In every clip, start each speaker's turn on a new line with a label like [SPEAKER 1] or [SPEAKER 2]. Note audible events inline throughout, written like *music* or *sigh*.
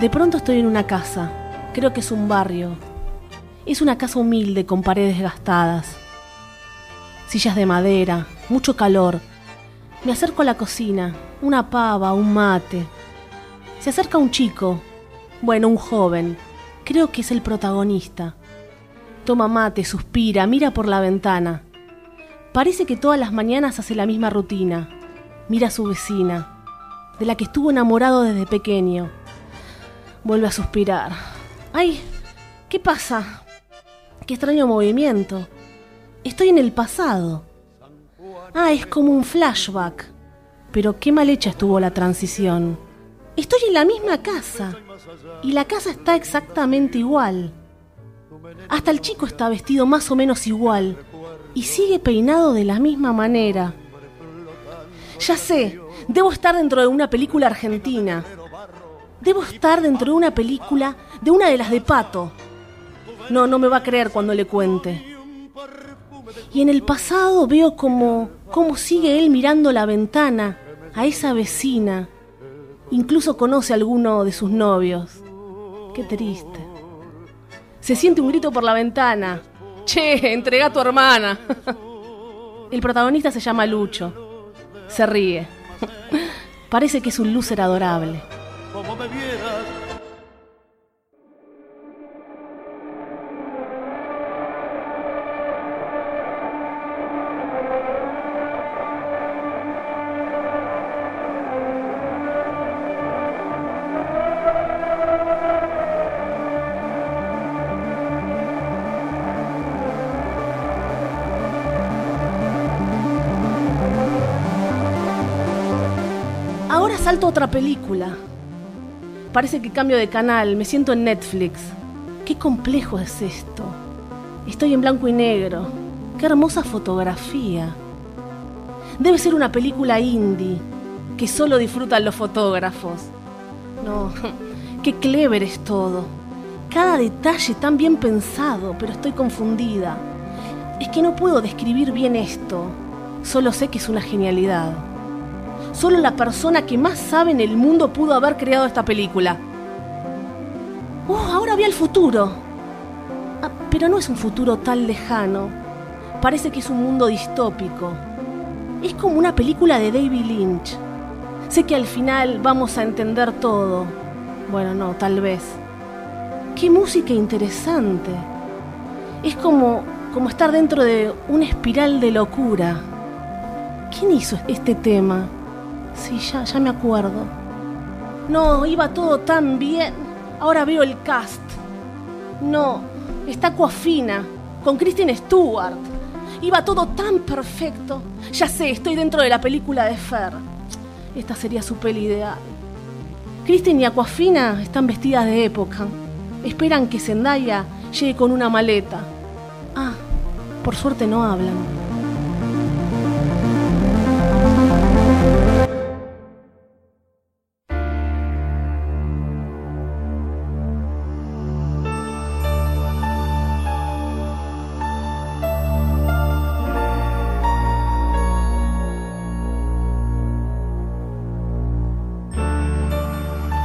[SPEAKER 1] De pronto estoy en una casa. Creo que es un barrio. Es una casa humilde con paredes gastadas. Sillas de madera, mucho calor. Me acerco a la cocina, una pava, un mate. Se acerca un chico. Bueno, un joven. Creo que es el protagonista. Toma mate, suspira, mira por la ventana. Parece que todas las mañanas hace la misma rutina. Mira a su vecina, de la que estuvo enamorado desde pequeño. Vuelve a suspirar. ¡Ay! ¿Qué pasa? ¡Qué extraño movimiento! Estoy en el pasado. Ah, es como un flashback. Pero qué mal hecha estuvo la transición. Estoy en la misma casa. Y la casa está exactamente igual. Hasta el chico está vestido más o menos igual y sigue peinado de la misma manera. Ya sé, debo estar dentro de una película argentina. Debo estar dentro de una película de una de las de Pato. No, no me va a creer cuando le cuente. Y en el pasado veo como cómo sigue él mirando la ventana a esa vecina. Incluso conoce a alguno de sus novios. Qué triste. Se siente un grito por la ventana. Che, entrega a tu hermana. *laughs* El protagonista se llama Lucho. Se ríe. *laughs* Parece que es un lúcer adorable.
[SPEAKER 2] Como me vieras,
[SPEAKER 1] Ahora salto a otra película. Parece que cambio de canal, me siento en Netflix. Qué complejo es esto. Estoy en blanco y negro. Qué hermosa fotografía. Debe ser una película indie que solo disfrutan los fotógrafos. No, *laughs* qué clever es todo. Cada detalle tan bien pensado, pero estoy confundida. Es que no puedo describir bien esto. Solo sé que es una genialidad. Solo la persona que más sabe en el mundo pudo haber creado esta película. ¡Oh, ahora vi el futuro! Ah, pero no es un futuro tan lejano. Parece que es un mundo distópico. Es como una película de David Lynch. Sé que al final vamos a entender todo. Bueno, no, tal vez. ¡Qué música interesante! Es como, como estar dentro de una espiral de locura. ¿Quién hizo este tema? Sí, ya, ya me acuerdo. No, iba todo tan bien. Ahora veo el cast. No, está Coafina, con Kristen Stewart. Iba todo tan perfecto. Ya sé, estoy dentro de la película de Fer. Esta sería su peli ideal. Kristen y Aquafina están vestidas de época. Esperan que Zendaya llegue con una maleta. Ah, por suerte no hablan.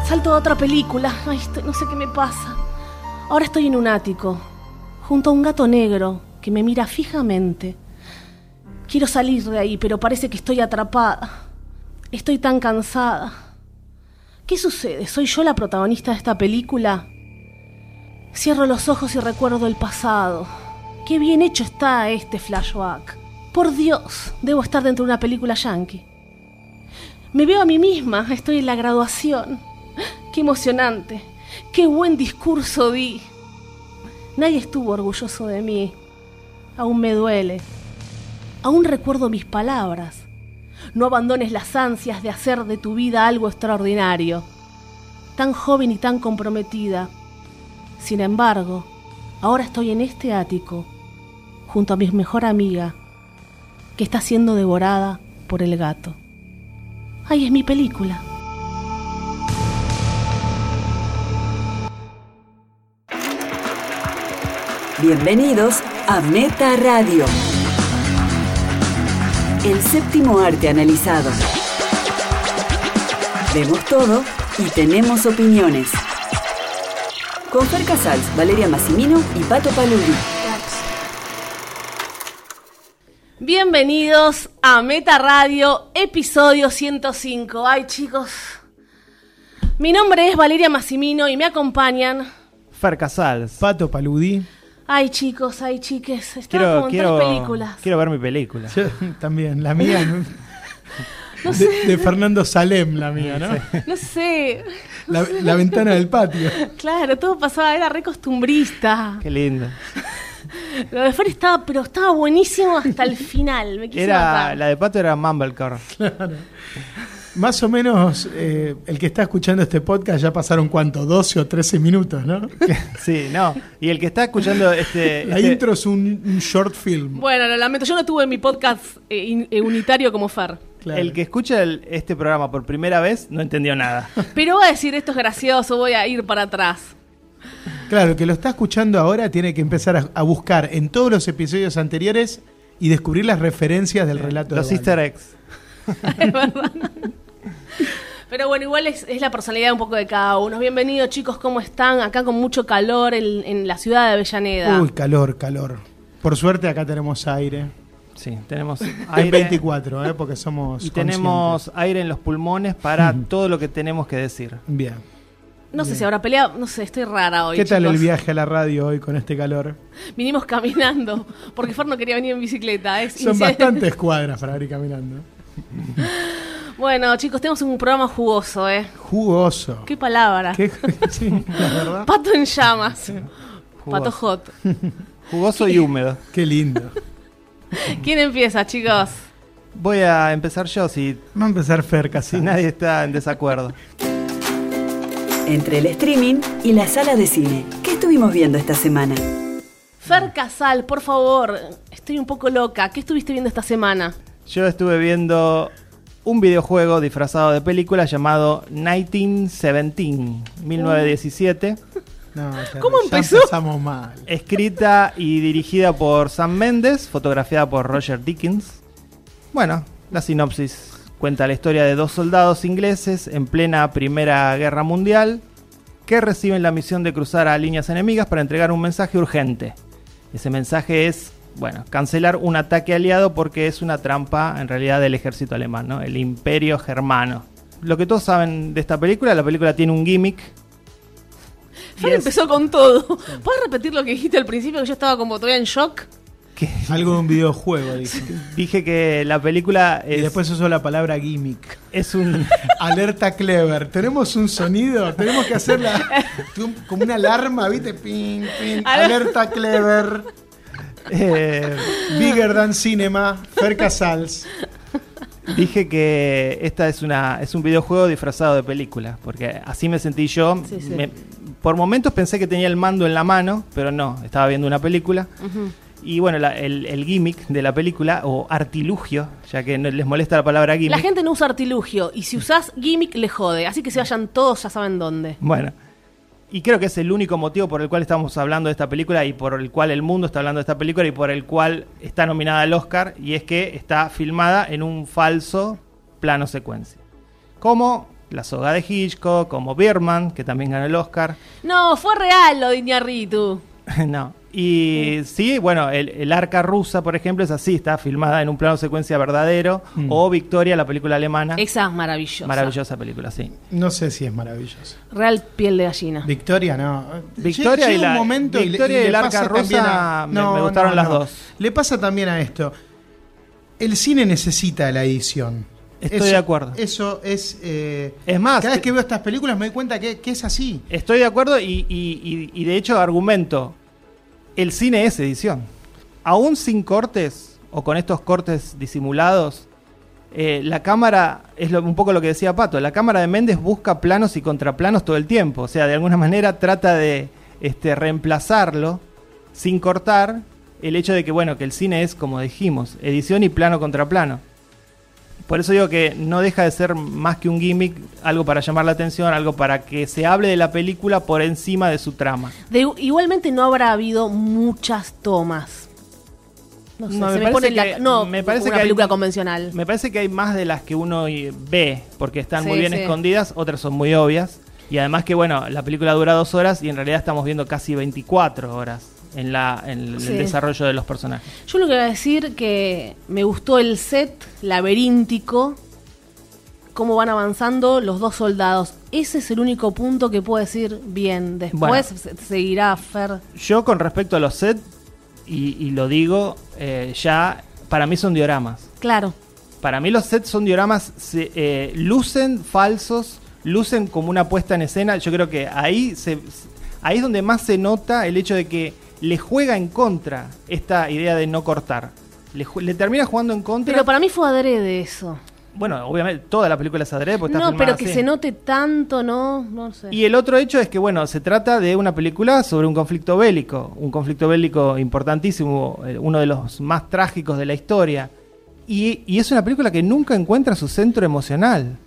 [SPEAKER 1] Salto a otra película. Ay, estoy- no sé qué me pasa. Ahora estoy en un ático, junto a un gato negro que me mira fijamente. Quiero salir de ahí, pero parece que estoy atrapada. Estoy tan cansada. ¿Qué sucede? ¿Soy yo la protagonista de esta película? Cierro los ojos y recuerdo el pasado. Qué bien hecho está este flashback. Por Dios, debo estar dentro de una película yankee. Me veo a mí misma, estoy en la graduación. Qué emocionante, qué buen discurso di. Nadie estuvo orgulloso de mí. Aún me duele. Aún recuerdo mis palabras. No abandones las ansias de hacer de tu vida algo extraordinario. Tan joven y tan comprometida. Sin embargo, ahora estoy en este ático, junto a mi mejor amiga, que está siendo devorada por el gato. Ay, es mi película.
[SPEAKER 3] Bienvenidos a Meta Radio. El séptimo arte analizado. Vemos todo y tenemos opiniones. Con Fer Casals, Valeria Massimino y Pato Paludi.
[SPEAKER 1] Bienvenidos a Meta Radio, episodio 105. Ay, chicos. Mi nombre es Valeria Massimino y me acompañan.
[SPEAKER 2] Fer Casals.
[SPEAKER 4] Pato Paludi.
[SPEAKER 1] Ay, chicos, ay, chiques. Estamos
[SPEAKER 2] Quiero,
[SPEAKER 1] con
[SPEAKER 2] quiero,
[SPEAKER 1] tres películas.
[SPEAKER 2] quiero ver mi película.
[SPEAKER 4] Yo *laughs* también, la mía. ¿no?
[SPEAKER 1] No
[SPEAKER 4] de,
[SPEAKER 1] sé,
[SPEAKER 4] de Fernando Salem, la mía, ¿no?
[SPEAKER 1] no sé.
[SPEAKER 4] La, la ventana del patio.
[SPEAKER 1] Claro, todo pasaba, era re costumbrista.
[SPEAKER 2] Qué lindo.
[SPEAKER 1] Lo de Fer estaba, pero estaba buenísimo hasta el final. Me quise
[SPEAKER 2] Era,
[SPEAKER 1] matar.
[SPEAKER 2] la de Pato era Mumblecore.
[SPEAKER 4] Más o menos, eh, el que está escuchando este podcast ya pasaron cuánto, 12 o 13
[SPEAKER 2] *laughs*
[SPEAKER 4] minutos, ¿no?
[SPEAKER 2] Sí, no. Y el que está escuchando este.
[SPEAKER 4] La
[SPEAKER 2] este-
[SPEAKER 4] intro es un, un short film.
[SPEAKER 1] Bueno, lo lamento, yo no tuve mi podcast eh, in- eh, unitario como Fer.
[SPEAKER 4] claro.
[SPEAKER 2] El que escucha el- este programa por primera vez no entendió nada.
[SPEAKER 1] Pero voy a decir esto es gracioso, voy a ir para atrás. *laughs*
[SPEAKER 4] Claro, el que lo está escuchando ahora tiene que empezar a, a buscar en todos los episodios anteriores y descubrir las referencias del relato.
[SPEAKER 2] Los
[SPEAKER 4] de
[SPEAKER 2] easter
[SPEAKER 4] Baldo.
[SPEAKER 2] eggs.
[SPEAKER 1] Es verdad. Pero bueno, igual es, es la personalidad un poco de cada uno. Bienvenidos chicos, ¿cómo están? Acá con mucho calor en, en la ciudad de Avellaneda.
[SPEAKER 4] Uy, calor, calor. Por suerte acá tenemos aire.
[SPEAKER 2] Sí, tenemos
[SPEAKER 4] En
[SPEAKER 2] aire.
[SPEAKER 4] 24, ¿eh? porque somos.
[SPEAKER 2] Y tenemos aire en los pulmones para todo lo que tenemos que decir.
[SPEAKER 4] conscientes. Bien.
[SPEAKER 1] no sé si habrá pelea, no sé, estoy rara hoy.
[SPEAKER 4] ¿Qué tal
[SPEAKER 1] chicos.
[SPEAKER 4] el viaje a la radio hoy con
[SPEAKER 1] *laughs*
[SPEAKER 4] este calor?
[SPEAKER 1] Vinimos caminando, porque Fer no quería venir en bicicleta. ¿eh? Es
[SPEAKER 4] Son
[SPEAKER 1] inci-
[SPEAKER 4] bastantes cuadras para ir caminando.
[SPEAKER 1] *laughs* Bueno, chicos, tenemos un programa jugoso, ¿eh?
[SPEAKER 4] Jugoso.
[SPEAKER 1] ¿Qué palabra?
[SPEAKER 4] *laughs* ¿Qué? Sí, la verdad.
[SPEAKER 1] Pato en llamas. Pato
[SPEAKER 2] Jugoso,
[SPEAKER 1] hot.
[SPEAKER 2] Jugoso
[SPEAKER 4] *laughs*
[SPEAKER 2] y húmedo.
[SPEAKER 4] Qué lindo.
[SPEAKER 1] ¿Quién empieza, chicos?
[SPEAKER 2] Voy a empezar yo si,
[SPEAKER 4] Va a empezar Fer
[SPEAKER 2] si
[SPEAKER 4] casi.
[SPEAKER 2] nadie está en desacuerdo.
[SPEAKER 3] Entre el streaming y la sala de cine. ¿Qué estuvimos viendo esta semana?
[SPEAKER 1] Fer Casal, por favor, estoy un poco loca. ¿Qué estuviste viendo esta semana?
[SPEAKER 2] Yo estuve viendo un videojuego disfrazado de película llamado 1917, 1917,
[SPEAKER 4] No, terrible,
[SPEAKER 1] ¿Cómo
[SPEAKER 4] ya
[SPEAKER 1] empezó?
[SPEAKER 4] empezamos mal.
[SPEAKER 2] escrita y dirigida por Sam Mendes, fotografiada por Roger Dickens. Bueno, la sinopsis cuenta la historia de dos soldados ingleses en plena Primera Guerra Mundial que reciben la misión de cruzar a líneas enemigas para entregar un mensaje urgente. Ese mensaje es, bueno, cancelar un ataque aliado porque es una trampa en realidad del ejército alemán, ¿no? El imperio germano. Lo que todos saben de esta película, la película tiene un gimmick.
[SPEAKER 1] Fer empezó con todo. ¿Puedes repetir lo que dijiste al principio? Que yo estaba como todavía en shock.
[SPEAKER 2] Que *laughs*
[SPEAKER 4] Algo de un videojuego, dijo.
[SPEAKER 2] dije que la película es,
[SPEAKER 4] Y después usó la palabra gimmick.
[SPEAKER 2] es un... *laughs*
[SPEAKER 4] Alerta clever. Tenemos un sonido. Tenemos que hacerla como una alarma, ¿viste? Ping, ping.
[SPEAKER 1] *laughs*
[SPEAKER 4] Alerta clever.
[SPEAKER 2] eh,
[SPEAKER 4] Bigger than cinema. Fer Casals.
[SPEAKER 2] Dije que esta es una es un videojuego disfrazado de película, porque así me sentí yo.
[SPEAKER 1] Sí, sí.
[SPEAKER 2] Me- por momentos pensé que tenía el mando en la mano, pero no, estaba viendo una película. Y bueno, la- el, el gimmick de la película, o artilugio, ya que no les molesta la palabra gimmick.
[SPEAKER 1] La gente no usa artilugio y si usás gimmick le jode. Así que se vayan todos, ya saben dónde.
[SPEAKER 2] Bueno, y creo que es el único motivo por el cual estamos hablando de esta película y por el cual el mundo está hablando de esta película y por el cual está nominada al Oscar, y es que está filmada en un falso plano secuencia. Como La Soga de Hitchcock, como Birman, que también ganó el Oscar. *laughs*
[SPEAKER 1] No, fue real lo de Iñárritu.
[SPEAKER 2] no. Y sí, bueno, el, el arca rusa, por ejemplo, es así, está filmada en un plano secuencia verdadero, o Victoria, la película alemana.
[SPEAKER 1] Esa es maravillosa.
[SPEAKER 2] Ah. Maravillosa película, sí.
[SPEAKER 4] No sé si es maravilloso.
[SPEAKER 1] Real piel de gallina.
[SPEAKER 4] Victoria no.
[SPEAKER 2] Victoria
[SPEAKER 4] Llega
[SPEAKER 2] y la-
[SPEAKER 4] un momento y le-
[SPEAKER 2] Victoria
[SPEAKER 4] y
[SPEAKER 2] y
[SPEAKER 4] le
[SPEAKER 2] el
[SPEAKER 4] pasa
[SPEAKER 2] Arca
[SPEAKER 4] también
[SPEAKER 2] Rosa me- me gustaron las dos.
[SPEAKER 4] Le pasa también a esto. El cine necesita la edición.
[SPEAKER 2] Estoy de acuerdo.
[SPEAKER 4] Eso es. eh,
[SPEAKER 2] Es más,
[SPEAKER 4] Cada vez
[SPEAKER 2] te-
[SPEAKER 4] que veo estas películas me doy cuenta que, que es así.
[SPEAKER 2] Estoy de acuerdo y, y- y- y de hecho argumento, el cine es edición. Aún sin cortes o con estos cortes disimulados, eh, la cámara, es lo- un poco lo que decía Pato, la cámara de Méndez busca planos y contraplanos todo el tiempo. O sea, de alguna manera trata de este, reemplazarlo sin cortar el hecho de que, bueno, que el cine es, como dijimos, edición y plano contra plano. Por eso digo que no deja de ser más que un gimmick, algo para llamar la atención, algo para que se hable de la película por encima de su trama.
[SPEAKER 1] De- igualmente no habrá habido muchas tomas. No sé,
[SPEAKER 2] No, me
[SPEAKER 1] se me
[SPEAKER 2] parece
[SPEAKER 1] pone la-
[SPEAKER 2] que-
[SPEAKER 1] no,
[SPEAKER 2] me parece
[SPEAKER 1] una
[SPEAKER 2] que hay-
[SPEAKER 1] película convencional.
[SPEAKER 2] Me parece que hay más de las que uno eh, ve, porque están
[SPEAKER 1] Sí,
[SPEAKER 2] muy bien
[SPEAKER 1] sí.
[SPEAKER 2] escondidas, otras son muy obvias. Y además que, bueno, la película dura dos horas y en realidad estamos viendo casi 24 horas en, la, en
[SPEAKER 1] Sí.
[SPEAKER 2] el desarrollo de los personajes.
[SPEAKER 1] Yo lo que voy a decir que me gustó el set laberíntico, cómo van avanzando los dos soldados. Ese es el único punto que puedo decir bien. Después
[SPEAKER 2] Bueno.
[SPEAKER 1] se- seguirá Fer.
[SPEAKER 2] Yo con respecto a los sets, y, y lo digo eh, ya, para mí son dioramas.
[SPEAKER 1] Claro,
[SPEAKER 2] Para mí los sets son dioramas, se, eh, lucen falsos, lucen como una puesta en escena. Yo creo que ahí, se, ahí es donde más se nota el hecho de que le juega en contra esta idea de no cortar. Le, ju- le termina jugando en contra.
[SPEAKER 1] pero para mí fue adrede eso.
[SPEAKER 2] Bueno, obviamente toda la película es adrede porque está
[SPEAKER 1] No, pero
[SPEAKER 2] Pues filmada
[SPEAKER 1] que
[SPEAKER 2] así.
[SPEAKER 1] se note tanto, no, no sé.
[SPEAKER 2] Y el otro hecho es que, bueno, se trata de una película sobre un conflicto bélico, un conflicto bélico importantísimo, eh, uno de los más trágicos de la historia. Y, y es una película que nunca encuentra su centro emocional.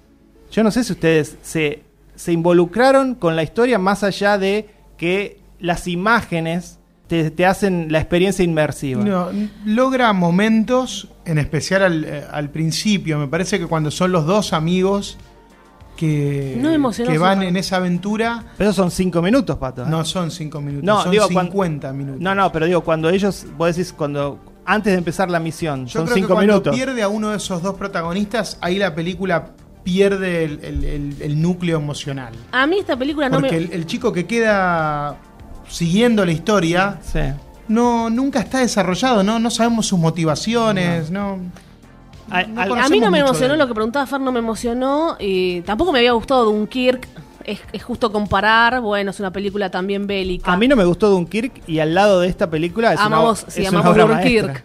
[SPEAKER 2] Yo no sé si ustedes se, se involucraron con la historia más allá de que las imágenes te, te hacen la experiencia inmersiva.
[SPEAKER 4] No, logra momentos, en especial al, eh, al principio. Me parece que cuando son los dos amigos que,
[SPEAKER 1] No me emocionó
[SPEAKER 4] que
[SPEAKER 1] su
[SPEAKER 4] van
[SPEAKER 1] cara.
[SPEAKER 4] en esa aventura,
[SPEAKER 2] Pero esos son cinco minutos, Pato. ¿eh?
[SPEAKER 4] no son cinco minutos,
[SPEAKER 2] No,
[SPEAKER 4] son
[SPEAKER 2] digo, cuando-
[SPEAKER 4] 50 minutos.
[SPEAKER 2] no, no, pero digo, cuando ellos, vos decís, cuando antes de empezar la misión,
[SPEAKER 4] Yo
[SPEAKER 2] son
[SPEAKER 4] creo que
[SPEAKER 2] cinco
[SPEAKER 4] cuando
[SPEAKER 2] minutos.
[SPEAKER 4] pierde a uno de esos dos protagonistas, ahí la película pierde el, el- el- el núcleo emocional.
[SPEAKER 1] A mí esta película no
[SPEAKER 4] Porque
[SPEAKER 1] me...
[SPEAKER 4] el, el chico que queda siguiendo la historia
[SPEAKER 2] Sí.
[SPEAKER 4] no nunca está desarrollado, no, no sabemos sus motivaciones, no.
[SPEAKER 2] A-
[SPEAKER 4] No
[SPEAKER 2] al-
[SPEAKER 4] conocemos
[SPEAKER 1] A mí no me
[SPEAKER 4] mucho de
[SPEAKER 1] emocionó
[SPEAKER 4] él.
[SPEAKER 1] lo que preguntaba Fer, no me emocionó. Y tampoco me había gustado Dunkirk. Es, es justo comparar. Bueno, es una película también bélica.
[SPEAKER 2] A mí no me gustó Dunkirk y al lado de esta película es
[SPEAKER 1] Amamos-
[SPEAKER 2] una,
[SPEAKER 1] sí,
[SPEAKER 2] es una
[SPEAKER 1] amamos
[SPEAKER 2] obra
[SPEAKER 1] Dunkirk.
[SPEAKER 2] maestra.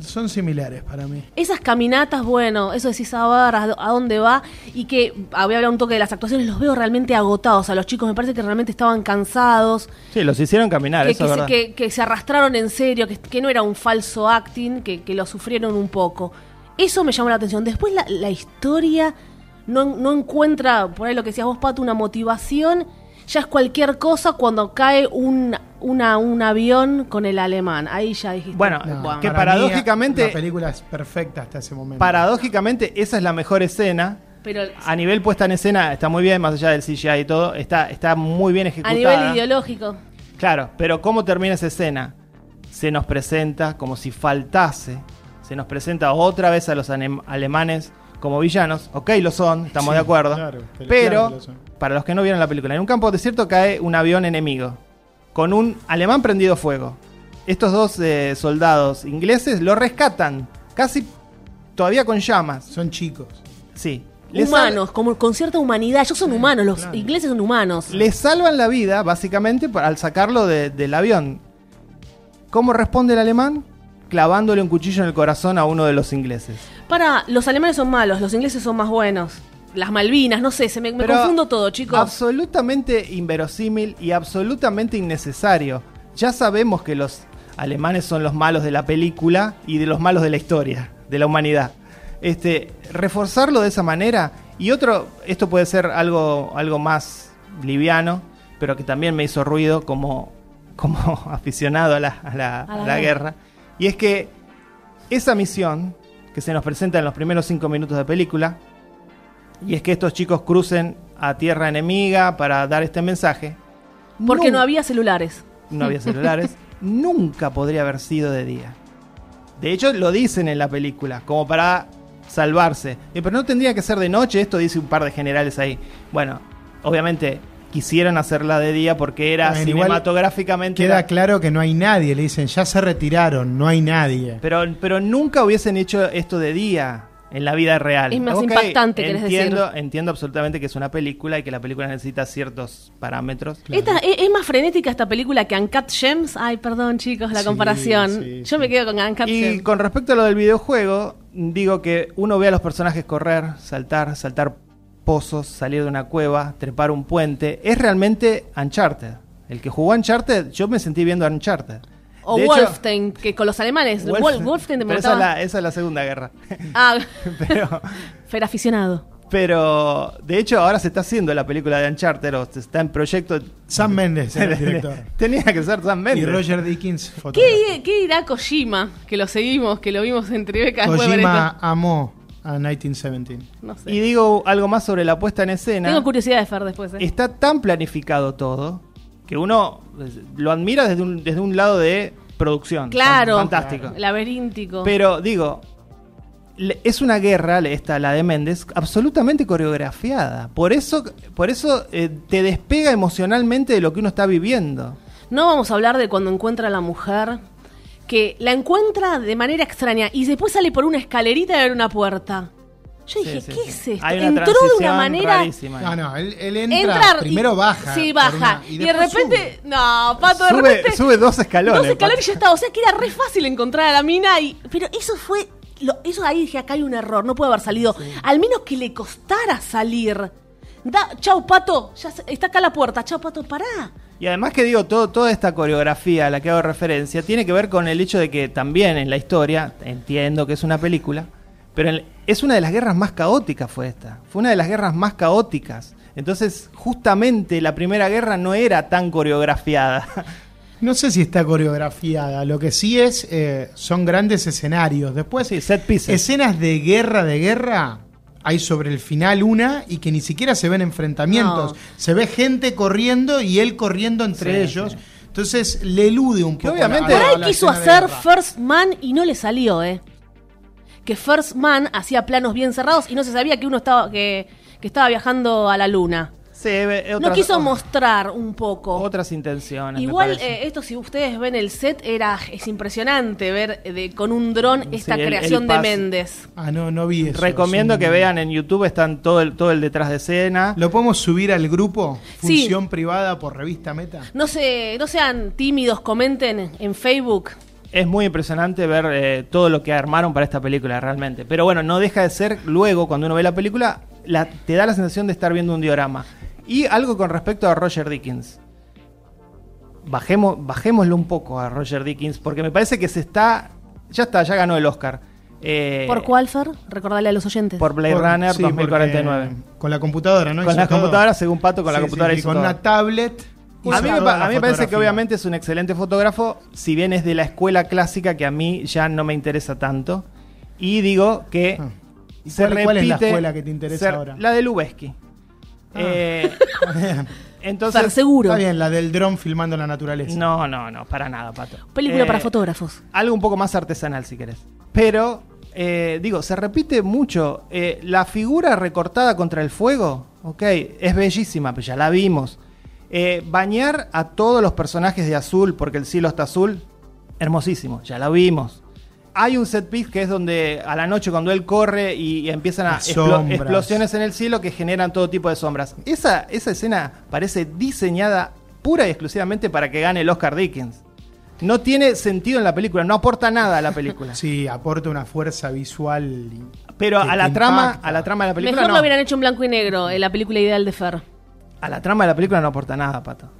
[SPEAKER 4] Son similares para mí.
[SPEAKER 1] Esas caminatas, bueno, eso decís a ver a, a dónde va. Y que ah, voy a hablar un toque de las actuaciones. Los veo realmente agotados a los chicos. Me parece que realmente estaban cansados.
[SPEAKER 2] Sí, los hicieron caminar,
[SPEAKER 1] que, que
[SPEAKER 2] eso es
[SPEAKER 1] se,
[SPEAKER 2] verdad.
[SPEAKER 1] que- que se arrastraron en serio, que, que no era un falso acting, que, que lo sufrieron un poco. Eso me llamó la atención. Después la, la historia no, no encuentra, por ahí lo que decías vos, Pato, una motivación. Ya es cualquier cosa cuando cae un, una, un avión con el alemán. Ahí ya dijiste.
[SPEAKER 2] Bueno,
[SPEAKER 1] "Buah".
[SPEAKER 2] que
[SPEAKER 4] para
[SPEAKER 2] paradójicamente-
[SPEAKER 4] mí, la película es perfecta hasta ese momento.
[SPEAKER 2] Paradójicamente, esa es la mejor escena.
[SPEAKER 1] pero
[SPEAKER 2] A nivel puesta en escena está muy bien, más allá del CGI y todo, está, está muy bien
[SPEAKER 1] a
[SPEAKER 2] ejecutada.
[SPEAKER 1] nivel ideológico.
[SPEAKER 2] Claro, pero ¿cómo termina esa escena? Se nos presenta como si faltase. Se nos presenta otra vez a los anem- alemanes como villanos. Ok, lo son, estamos
[SPEAKER 4] Sí,
[SPEAKER 2] de acuerdo.
[SPEAKER 4] claro,
[SPEAKER 2] pero
[SPEAKER 4] pero claro que lo son.
[SPEAKER 2] para los que no vieron la película, en un campo desierto cae un avión enemigo con un alemán prendido fuego. Estos dos eh, soldados ingleses lo rescatan, casi todavía con llamas.
[SPEAKER 4] Son chicos.
[SPEAKER 2] Sí. Les sal-
[SPEAKER 1] Humanos, como, con cierta humanidad. Ellos son humanos, los ingleses son humanos.
[SPEAKER 2] Le salvan la vida, básicamente, pa- al sacarlo de- del avión. ¿Cómo responde el alemán? Clavándole un cuchillo en el corazón a uno de los ingleses.
[SPEAKER 1] Para, los alemanes son malos, los ingleses son más buenos. Las Malvinas, no sé, se me, me
[SPEAKER 2] Pero
[SPEAKER 1] confundo todo, chicos.
[SPEAKER 2] Absolutamente inverosímil y absolutamente innecesario. Ya sabemos que los alemanes son los malos de la película y de los malos de la historia, de la humanidad. Este, reforzarlo de esa manera y otro, esto puede ser algo, algo más liviano, pero que también me hizo ruido como, *laughs* como aficionado a la, a la-
[SPEAKER 1] A la
[SPEAKER 2] a la guerra. Y es que esa misión que se nos presenta en los primeros cinco minutos de película, y es que estos chicos crucen a tierra enemiga para dar este mensaje.
[SPEAKER 1] Porque no
[SPEAKER 2] Nun-
[SPEAKER 1] había celulares.
[SPEAKER 2] no
[SPEAKER 4] *laughs*
[SPEAKER 2] había celulares. nunca podría haber sido de día. De hecho, lo dicen en la película, como para salvarse. Eh, pero no tendría que ser de noche, esto dice un par de generales ahí. Bueno, obviamente quisieron hacerla de día porque era
[SPEAKER 4] Bueno, igual
[SPEAKER 2] cinematográficamente...
[SPEAKER 4] Queda
[SPEAKER 2] era-
[SPEAKER 4] claro que no hay nadie. Le dicen, ya se retiraron, no hay nadie.
[SPEAKER 2] Pero, pero nunca hubiesen hecho esto de día en la vida real.
[SPEAKER 1] Es más
[SPEAKER 2] Ok,
[SPEAKER 1] impactante, querés
[SPEAKER 2] entiendo, Entiendo absolutamente que es una película y que la película necesita ciertos parámetros.
[SPEAKER 1] Esta, e, es, es más frenética esta película que Uncut Gems. Ay, perdón, chicos, la
[SPEAKER 4] Sí,
[SPEAKER 1] comparación.
[SPEAKER 4] sí,
[SPEAKER 1] Yo me quedo con Uncut
[SPEAKER 2] Y
[SPEAKER 1] Gems.
[SPEAKER 2] con respecto a lo del videojuego, digo que uno ve a los personajes correr, saltar, saltar pozos, salir de una cueva, trepar un puente. Es realmente Uncharted. El que jugó Uncharted, yo me sentí viendo Uncharted.
[SPEAKER 1] O
[SPEAKER 2] De hecho,
[SPEAKER 1] Wolfenstein, que con los alemanes.
[SPEAKER 2] Wolf-
[SPEAKER 1] Wolf- Wolfenstein te
[SPEAKER 2] pero esa, es
[SPEAKER 1] mataba.
[SPEAKER 2] la, esa es la Segunda Guerra. *laughs*
[SPEAKER 1] Ah, *laughs*
[SPEAKER 2] pero,
[SPEAKER 1] Fer
[SPEAKER 2] *laughs*
[SPEAKER 1] aficionado.
[SPEAKER 2] pero, de hecho, ahora se está haciendo la película de Uncharted, o se está en proyecto. *laughs*
[SPEAKER 4] Sam Méndez era el director.
[SPEAKER 2] Tenía que ser Sam
[SPEAKER 4] y
[SPEAKER 2] Mendes.
[SPEAKER 4] Roger Dickens, fotógrafo.
[SPEAKER 1] ¿Qué, qué irá Kojima? Que lo seguimos, que lo vimos en Tribeca. después de ver
[SPEAKER 4] Kojima amó a 1917.
[SPEAKER 1] No sé.
[SPEAKER 2] Y digo algo más sobre la puesta en escena.
[SPEAKER 1] Tengo curiosidad de Fer después. ¿eh?
[SPEAKER 2] Está tan planificado todo que uno pues, lo admira desde un, desde un lado de producción.
[SPEAKER 1] Claro.
[SPEAKER 2] Fantástico.
[SPEAKER 1] Laberíntico.
[SPEAKER 2] Pero digo, le- es una guerra, le- esta, la de Méndez, absolutamente coreografiada. Por eso, por eso eh, te despega emocionalmente de lo que uno está viviendo.
[SPEAKER 1] No vamos a hablar de cuando encuentra a la mujer, que la encuentra de manera extraña y después sale por una escalerita y abre una puerta. Yo dije,
[SPEAKER 2] Sí, sí,
[SPEAKER 1] ¿qué
[SPEAKER 2] sí.
[SPEAKER 1] es esto?
[SPEAKER 2] Hay una
[SPEAKER 1] Entró de una
[SPEAKER 2] transición
[SPEAKER 1] manera.
[SPEAKER 2] rarísima ahí.
[SPEAKER 4] No, no, él, él entra,
[SPEAKER 1] Entrar. y-
[SPEAKER 4] primero baja.
[SPEAKER 1] Sí,
[SPEAKER 4] por
[SPEAKER 1] baja.
[SPEAKER 4] una-
[SPEAKER 1] y, de
[SPEAKER 4] después
[SPEAKER 1] repente.
[SPEAKER 4] sube.
[SPEAKER 1] No, pato, de
[SPEAKER 2] Sube-
[SPEAKER 1] repente.
[SPEAKER 2] sube dos escalones,
[SPEAKER 1] Dos escalones y
[SPEAKER 2] Pato.
[SPEAKER 1] ya está. O sea que era re fácil encontrar a la mina. y Pero eso fue. lo- eso ahí dije, acá hay un error. No puede haber salido. Al menos que le costara salir. Da, chau, pato. Ya se- está acá la puerta. Chau, pato, pará.
[SPEAKER 2] Y además que digo, todo, toda esta coreografía a la que hago referencia tiene que ver con el hecho de que también en la historia, entiendo que es una película, pero en- es una de las guerras más caóticas fue esta. Fue una de las guerras más caóticas. Entonces, justamente la primera guerra no era tan coreografiada.
[SPEAKER 4] No sé si está coreografiada, lo que sí es, eh, son grandes escenarios. Después,
[SPEAKER 2] Sí, set pieces.
[SPEAKER 4] escenas de guerra, de guerra, hay sobre el final una y que ni siquiera se ven enfrentamientos.
[SPEAKER 1] No.
[SPEAKER 4] Se ve gente corriendo y él corriendo entre
[SPEAKER 2] Sí,
[SPEAKER 4] ellos. Entonces le elude un
[SPEAKER 2] Que
[SPEAKER 4] poco.
[SPEAKER 2] obviamente-
[SPEAKER 4] la-
[SPEAKER 1] Por
[SPEAKER 4] la-
[SPEAKER 1] ahí
[SPEAKER 4] la
[SPEAKER 1] quiso
[SPEAKER 4] escena de
[SPEAKER 1] hacer
[SPEAKER 4] guerra.
[SPEAKER 1] First Man y no le salió, eh. Que First Man hacía planos bien cerrados y no se sabía que uno estaba, que, que estaba viajando a la luna.
[SPEAKER 2] Sí, eh,
[SPEAKER 1] no
[SPEAKER 2] otras-
[SPEAKER 1] quiso
[SPEAKER 2] o-
[SPEAKER 1] mostrar un poco.
[SPEAKER 2] otras intenciones. me
[SPEAKER 1] Igual,
[SPEAKER 2] parece.
[SPEAKER 1] eh, esto si ustedes ven el set, era, es impresionante ver eh, de- con un dron
[SPEAKER 2] Sí,
[SPEAKER 1] esta
[SPEAKER 2] el- el
[SPEAKER 1] creación de
[SPEAKER 2] pas-
[SPEAKER 1] Méndez.
[SPEAKER 4] Ah, no, no vi eso.
[SPEAKER 2] Recomiendo
[SPEAKER 4] Es un-
[SPEAKER 2] que vean en YouTube, están todo el, todo el detrás de escena.
[SPEAKER 4] ¿Lo podemos subir al grupo?
[SPEAKER 1] Sí.
[SPEAKER 4] Función privada por revista Meta.
[SPEAKER 1] No, se, no sean tímidos, comenten en Facebook.
[SPEAKER 2] Es muy impresionante ver eh, todo lo que armaron para esta película realmente. Pero bueno, no deja de ser, luego cuando uno ve la película, la- te da la sensación de estar viendo un diorama. Y algo con respecto a Roger Dickens. Bajemos, bajémoslo un poco a Roger Dickens, porque me parece que se está... Ya está, ya ganó el Oscar. Eh,
[SPEAKER 1] ¿Por cuál, Fer? Recordarle a los oyentes.
[SPEAKER 2] Por Blade
[SPEAKER 4] Por-
[SPEAKER 2] Runner
[SPEAKER 4] sí,
[SPEAKER 2] 2049.
[SPEAKER 4] porque Con la computadora, ¿no?
[SPEAKER 2] Con
[SPEAKER 4] Hizo
[SPEAKER 2] la
[SPEAKER 4] todo.
[SPEAKER 2] computadora, según Pato, con la
[SPEAKER 4] Sí,
[SPEAKER 2] computadora
[SPEAKER 4] sí, y
[SPEAKER 2] hizo
[SPEAKER 4] Con
[SPEAKER 2] todo.
[SPEAKER 4] una tablet.
[SPEAKER 2] A
[SPEAKER 4] hizo
[SPEAKER 2] mí, me,
[SPEAKER 4] toda
[SPEAKER 2] pa-
[SPEAKER 4] la
[SPEAKER 2] a mí me parece que
[SPEAKER 4] fotografía.
[SPEAKER 2] obviamente es un excelente fotógrafo, si bien es de la escuela clásica que a mí ya no me interesa tanto. Y digo que
[SPEAKER 4] Ah. ¿Y
[SPEAKER 2] se
[SPEAKER 4] cuál- cuál es la
[SPEAKER 2] repite-
[SPEAKER 4] escuela que te interesa
[SPEAKER 2] se-
[SPEAKER 4] ahora? Ah.
[SPEAKER 2] La de Lubeski. Eh,
[SPEAKER 4] *laughs*
[SPEAKER 1] Fer,
[SPEAKER 2] entonces,
[SPEAKER 1] seguro.
[SPEAKER 4] Está bien, la del dron filmando la naturaleza.
[SPEAKER 2] no, no, no, para nada, Pato.
[SPEAKER 1] Película
[SPEAKER 2] Eh,
[SPEAKER 1] para fotógrafos.
[SPEAKER 2] algo un poco más artesanal, si querés. Pero, eh, digo, se repite mucho. Eh, la figura recortada contra el fuego, ok, es bellísima, pues ya la vimos. Eh, bañar a todos los personajes de azul, porque el cielo está azul, hermosísimo, ya la vimos. Hay un set piece que es donde a la noche cuando él corre y, y empiezan a
[SPEAKER 4] Las
[SPEAKER 2] explo-
[SPEAKER 4] sombras.
[SPEAKER 2] explosiones en el cielo que generan todo tipo de sombras. Esa, esa escena parece diseñada pura y exclusivamente para que gane el Oscar Dickens. No tiene sentido en la película, no aporta nada a la película.
[SPEAKER 4] *laughs* Sí, aporta una fuerza visual. y-
[SPEAKER 2] Pero
[SPEAKER 4] que
[SPEAKER 2] a
[SPEAKER 4] te
[SPEAKER 2] la trama,
[SPEAKER 4] impacta.
[SPEAKER 2] a la trama de la película
[SPEAKER 1] Mejor
[SPEAKER 2] no.
[SPEAKER 1] lo hubieran hecho en blanco y negro, en la película ideal de Fer.
[SPEAKER 2] A la trama de la película no aporta nada, pato.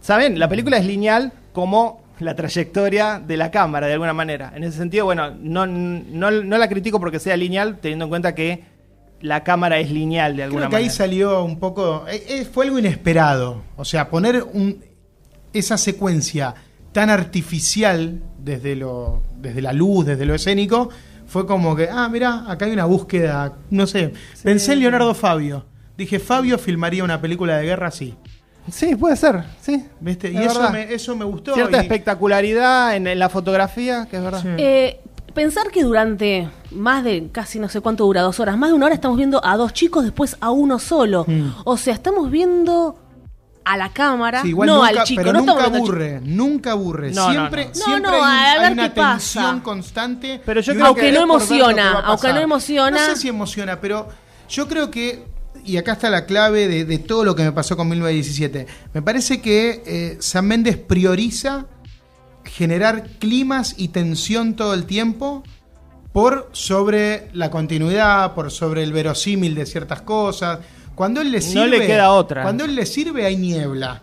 [SPEAKER 2] Saben, la película es lineal como la trayectoria de la cámara de alguna manera. En ese sentido, bueno, no, no, no la critico porque sea lineal, teniendo en cuenta que la cámara es lineal de alguna
[SPEAKER 4] Creo que ahí
[SPEAKER 2] manera.
[SPEAKER 4] salió un poco. eh, eh, fue algo inesperado. O sea, poner un- esa secuencia tan artificial desde, lo, desde la luz, desde lo escénico, fue como que, ah, mirá, acá hay una búsqueda. No sé. Pensé en Leonardo Fabio. Dije, Fabio filmaría una película de guerra así.
[SPEAKER 2] Sí, puede ser, sí.
[SPEAKER 4] ¿Viste?
[SPEAKER 2] Es
[SPEAKER 4] Y eso
[SPEAKER 2] verdad.
[SPEAKER 4] me, eso me gustó.
[SPEAKER 2] Cierta
[SPEAKER 4] y-
[SPEAKER 2] espectacularidad en, en la fotografía, que es verdad.
[SPEAKER 4] Sí.
[SPEAKER 1] Eh, pensar que durante más de casi no sé cuánto dura, dos horas, más de una hora estamos viendo a dos chicos, después a uno solo. O sea, estamos viendo a la cámara,
[SPEAKER 4] Mm. Sí, igual
[SPEAKER 1] no
[SPEAKER 4] nunca-
[SPEAKER 1] al chico.
[SPEAKER 4] Pero
[SPEAKER 1] no
[SPEAKER 4] nunca
[SPEAKER 1] estamos viendo al
[SPEAKER 4] aburre, nunca aburre.
[SPEAKER 2] No, no,
[SPEAKER 4] siempre
[SPEAKER 2] no.
[SPEAKER 1] No, no,
[SPEAKER 4] siempre hay, un-
[SPEAKER 1] a ver
[SPEAKER 4] hay una
[SPEAKER 1] qué pasa.
[SPEAKER 4] tensión constante.
[SPEAKER 2] Pero yo
[SPEAKER 4] y
[SPEAKER 2] creo
[SPEAKER 4] uno
[SPEAKER 2] que-
[SPEAKER 4] querés
[SPEAKER 1] Aunque no
[SPEAKER 4] por ver lo que va a
[SPEAKER 1] emociona,
[SPEAKER 4] pasar.
[SPEAKER 1] aunque no emociona.
[SPEAKER 4] No sé si emociona, pero yo creo que, y acá está la clave de, de todo lo que me pasó con 1917, me parece que eh, San Méndez prioriza generar climas y tensión todo el tiempo por sobre la continuidad, por sobre el verosímil de ciertas cosas. Cuando él le
[SPEAKER 2] No
[SPEAKER 4] sirve,
[SPEAKER 2] le queda otra.
[SPEAKER 4] Cuando él le sirve hay niebla.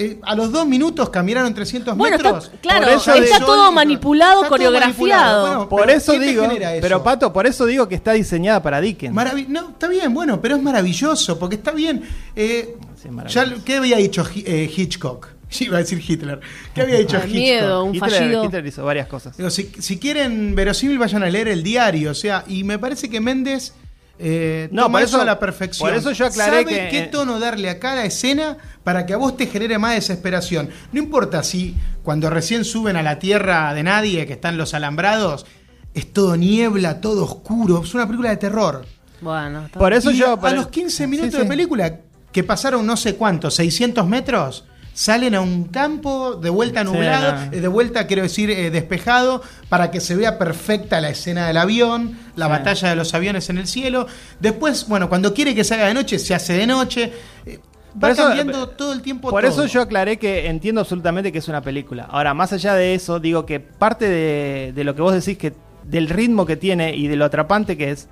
[SPEAKER 4] Eh, a los dos minutos caminaron 300
[SPEAKER 1] Bueno, está-
[SPEAKER 4] metros.
[SPEAKER 1] claro,
[SPEAKER 4] Por eso
[SPEAKER 2] está
[SPEAKER 4] de-
[SPEAKER 1] todo
[SPEAKER 4] sol y-
[SPEAKER 1] manipulado,
[SPEAKER 4] todo
[SPEAKER 1] coreografiado.
[SPEAKER 4] Bueno,
[SPEAKER 2] Por
[SPEAKER 4] pero
[SPEAKER 2] eso
[SPEAKER 4] ¿qué te
[SPEAKER 2] digo,
[SPEAKER 4] genera eso?
[SPEAKER 2] pero Pato, por eso digo que está diseñada para Dickens.
[SPEAKER 4] Maravi- no, está bien, bueno, pero es maravilloso, porque está bien. eh,
[SPEAKER 2] Sí, maravilloso.
[SPEAKER 4] ya, lo- ¿Qué había dicho Hi- eh, Hitchcock? *laughs* Iba a decir Hitler. ¿Qué había dicho
[SPEAKER 1] Ah,
[SPEAKER 4] Hitchcock?
[SPEAKER 1] miedo. Un
[SPEAKER 2] Hitler,
[SPEAKER 1] fallido.
[SPEAKER 2] Hitler hizo varias cosas.
[SPEAKER 4] Digo, si, si quieren verosímil, vayan a leer el diario. O sea, y me parece que Méndez eh,
[SPEAKER 2] No,
[SPEAKER 4] toma
[SPEAKER 2] por
[SPEAKER 4] eso,
[SPEAKER 2] eso-
[SPEAKER 4] a la perfección.
[SPEAKER 2] por eso yo aclaré
[SPEAKER 4] Sabe
[SPEAKER 2] que- eh,
[SPEAKER 4] qué tono darle a cada escena para que a vos te genere más desesperación. No importa si cuando recién suben a la tierra de nadie, que están los alambrados, es todo niebla, todo oscuro. Es una película de terror.
[SPEAKER 1] Bueno, está-
[SPEAKER 2] Por eso
[SPEAKER 4] Y
[SPEAKER 2] yo.
[SPEAKER 4] a,
[SPEAKER 2] por-
[SPEAKER 4] los 15 minutos
[SPEAKER 2] Sí,
[SPEAKER 4] de
[SPEAKER 2] sí.
[SPEAKER 4] película, que pasaron no sé cuántos, 600 metros, salen a un campo de vuelta
[SPEAKER 2] Sí,
[SPEAKER 4] nublado,
[SPEAKER 2] no.
[SPEAKER 4] eh, de vuelta quiero decir eh, despejado, para que se vea perfecta la escena del avión, la
[SPEAKER 2] Sí.
[SPEAKER 4] batalla de los aviones en el cielo. Después, bueno, cuando quiere que se haga de noche, se hace de noche. Eh,
[SPEAKER 2] Por
[SPEAKER 4] va
[SPEAKER 2] eso- eh,
[SPEAKER 4] cambiando todo el tiempo
[SPEAKER 2] Por
[SPEAKER 4] todo.
[SPEAKER 2] eso yo aclaré que entiendo absolutamente que es una película. Ahora, más allá de eso, digo que parte de, de lo que vos decís que del ritmo que tiene y de lo atrapante que es,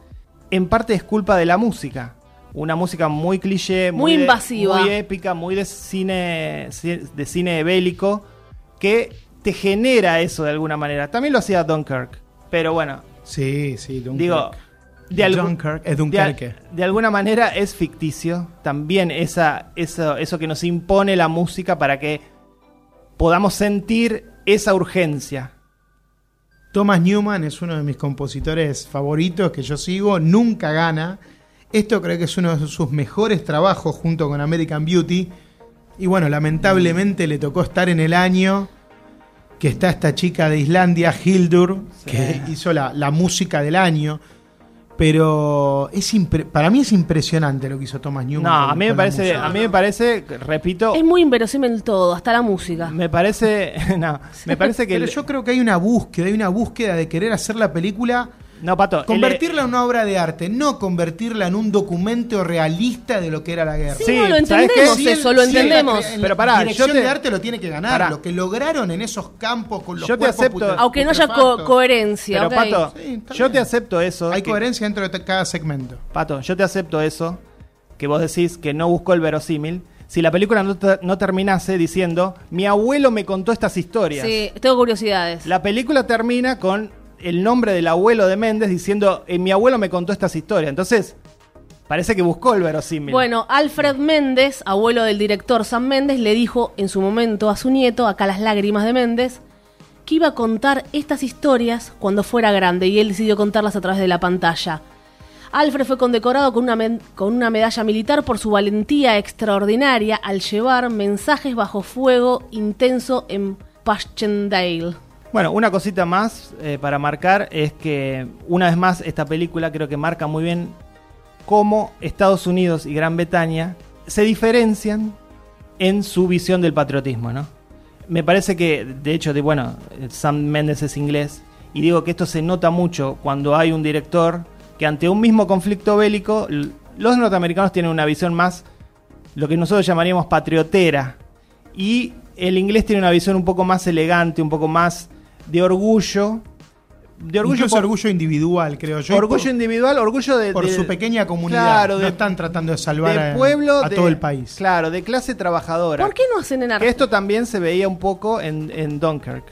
[SPEAKER 2] en parte es culpa de la música. Una música muy cliché,
[SPEAKER 1] Muy
[SPEAKER 2] de-
[SPEAKER 1] invasiva.
[SPEAKER 2] muy épica, muy de cine ci- de cine bélico que te genera eso de alguna manera. También lo hacía Dunkirk, pero bueno,
[SPEAKER 4] Sí, sí, Dunkirk.
[SPEAKER 2] Digo, de, algu-
[SPEAKER 4] Dunkirk, es
[SPEAKER 2] de al-
[SPEAKER 4] Dunkerque.
[SPEAKER 2] de alguna manera es ficticio. También esa, eso, eso que nos impone la música para que podamos sentir esa urgencia.
[SPEAKER 4] Thomas Newman es uno de mis compositores favoritos que yo sigo, nunca gana. Esto creo que es uno de sus mejores trabajos junto con American Beauty. Y bueno, lamentablemente le tocó estar en el año que está esta chica de Islandia, Hildur, que hizo la, la música del año. Pero es impre- para mí es impresionante lo que hizo Thomas Newman.
[SPEAKER 2] No,
[SPEAKER 4] con-
[SPEAKER 2] a mí me
[SPEAKER 4] con la
[SPEAKER 2] parece,
[SPEAKER 4] música.
[SPEAKER 2] a mí me parece, repito,
[SPEAKER 1] Es muy inverosímil todo, hasta la música.
[SPEAKER 2] me parece, *laughs* no, me parece que
[SPEAKER 4] Pero
[SPEAKER 2] el-
[SPEAKER 4] yo creo que hay una búsqueda, hay una búsqueda de querer hacer la película
[SPEAKER 2] no pato, Ah, el-
[SPEAKER 4] Convertirla en una obra de arte, no convertirla en un documento realista de lo que era la guerra.
[SPEAKER 1] Sí,
[SPEAKER 2] Sí,
[SPEAKER 1] no, lo
[SPEAKER 2] ¿sabes qué?
[SPEAKER 1] entendemos,
[SPEAKER 2] Sí,
[SPEAKER 1] eso lo
[SPEAKER 2] sí,
[SPEAKER 1] entendemos.
[SPEAKER 2] la-
[SPEAKER 4] en
[SPEAKER 2] Pero pará,
[SPEAKER 4] dirección
[SPEAKER 2] yo te-
[SPEAKER 4] de arte lo tiene que ganar,
[SPEAKER 2] Pará.
[SPEAKER 4] lo que lograron en esos campos con los
[SPEAKER 2] Yo te
[SPEAKER 4] cuerpos
[SPEAKER 2] acepto-
[SPEAKER 4] putre-
[SPEAKER 1] Aunque no haya co-
[SPEAKER 4] putrefactos.
[SPEAKER 1] coherencia.
[SPEAKER 2] pero
[SPEAKER 1] ok.
[SPEAKER 2] pato,
[SPEAKER 4] Sí, está
[SPEAKER 2] yo
[SPEAKER 4] bien.
[SPEAKER 2] te acepto eso.
[SPEAKER 4] Hay
[SPEAKER 2] que-
[SPEAKER 4] coherencia dentro de cada segmento.
[SPEAKER 2] Pato, yo te acepto eso, que vos decís que no buscó el verosímil, si la película no, ter- no terminase diciendo, mi abuelo me contó estas historias.
[SPEAKER 1] Sí, tengo curiosidades.
[SPEAKER 2] La película termina con el nombre del abuelo de Méndez diciendo, "Eh, mi abuelo me contó estas historias. Entonces, parece que buscó el verosímil.
[SPEAKER 1] Bueno, Alfred Méndez, abuelo del director Sam Méndez, le dijo en su momento a su nieto, acá las lágrimas de Méndez, que iba a contar estas historias cuando fuera grande y él decidió contarlas a través de la pantalla. Alfred fue condecorado con una, men- con una medalla militar por su valentía extraordinaria al llevar mensajes bajo fuego intenso en Passchendaele.
[SPEAKER 2] Bueno, una cosita más eh, para marcar es que, una vez más, esta película creo que marca muy bien cómo Estados Unidos y Gran Bretaña se diferencian en su visión del patriotismo, ¿no? Me parece que, de hecho, de, bueno, Sam Mendes es inglés, y digo que esto se nota mucho cuando hay un director que ante un mismo conflicto bélico, l- los norteamericanos tienen una visión más, lo que nosotros llamaríamos patriotera, y el inglés tiene una visión un poco más elegante, un poco más de orgullo, de orgullo
[SPEAKER 4] Incluso
[SPEAKER 2] por-
[SPEAKER 4] orgullo individual, creo yo.
[SPEAKER 2] orgullo
[SPEAKER 4] por,
[SPEAKER 2] individual, orgullo de,
[SPEAKER 4] por
[SPEAKER 2] de-
[SPEAKER 4] su pequeña comunidad.
[SPEAKER 2] Claro,
[SPEAKER 4] no
[SPEAKER 2] de,
[SPEAKER 4] están tratando de salvar
[SPEAKER 2] de
[SPEAKER 4] a-
[SPEAKER 2] pueblo,
[SPEAKER 4] a
[SPEAKER 2] de-
[SPEAKER 4] todo el país.
[SPEAKER 2] Claro, de clase trabajadora.
[SPEAKER 1] ¿Por qué no hacen en
[SPEAKER 2] Que
[SPEAKER 1] Argentina?
[SPEAKER 2] esto también se veía un poco en, en Dunkirk.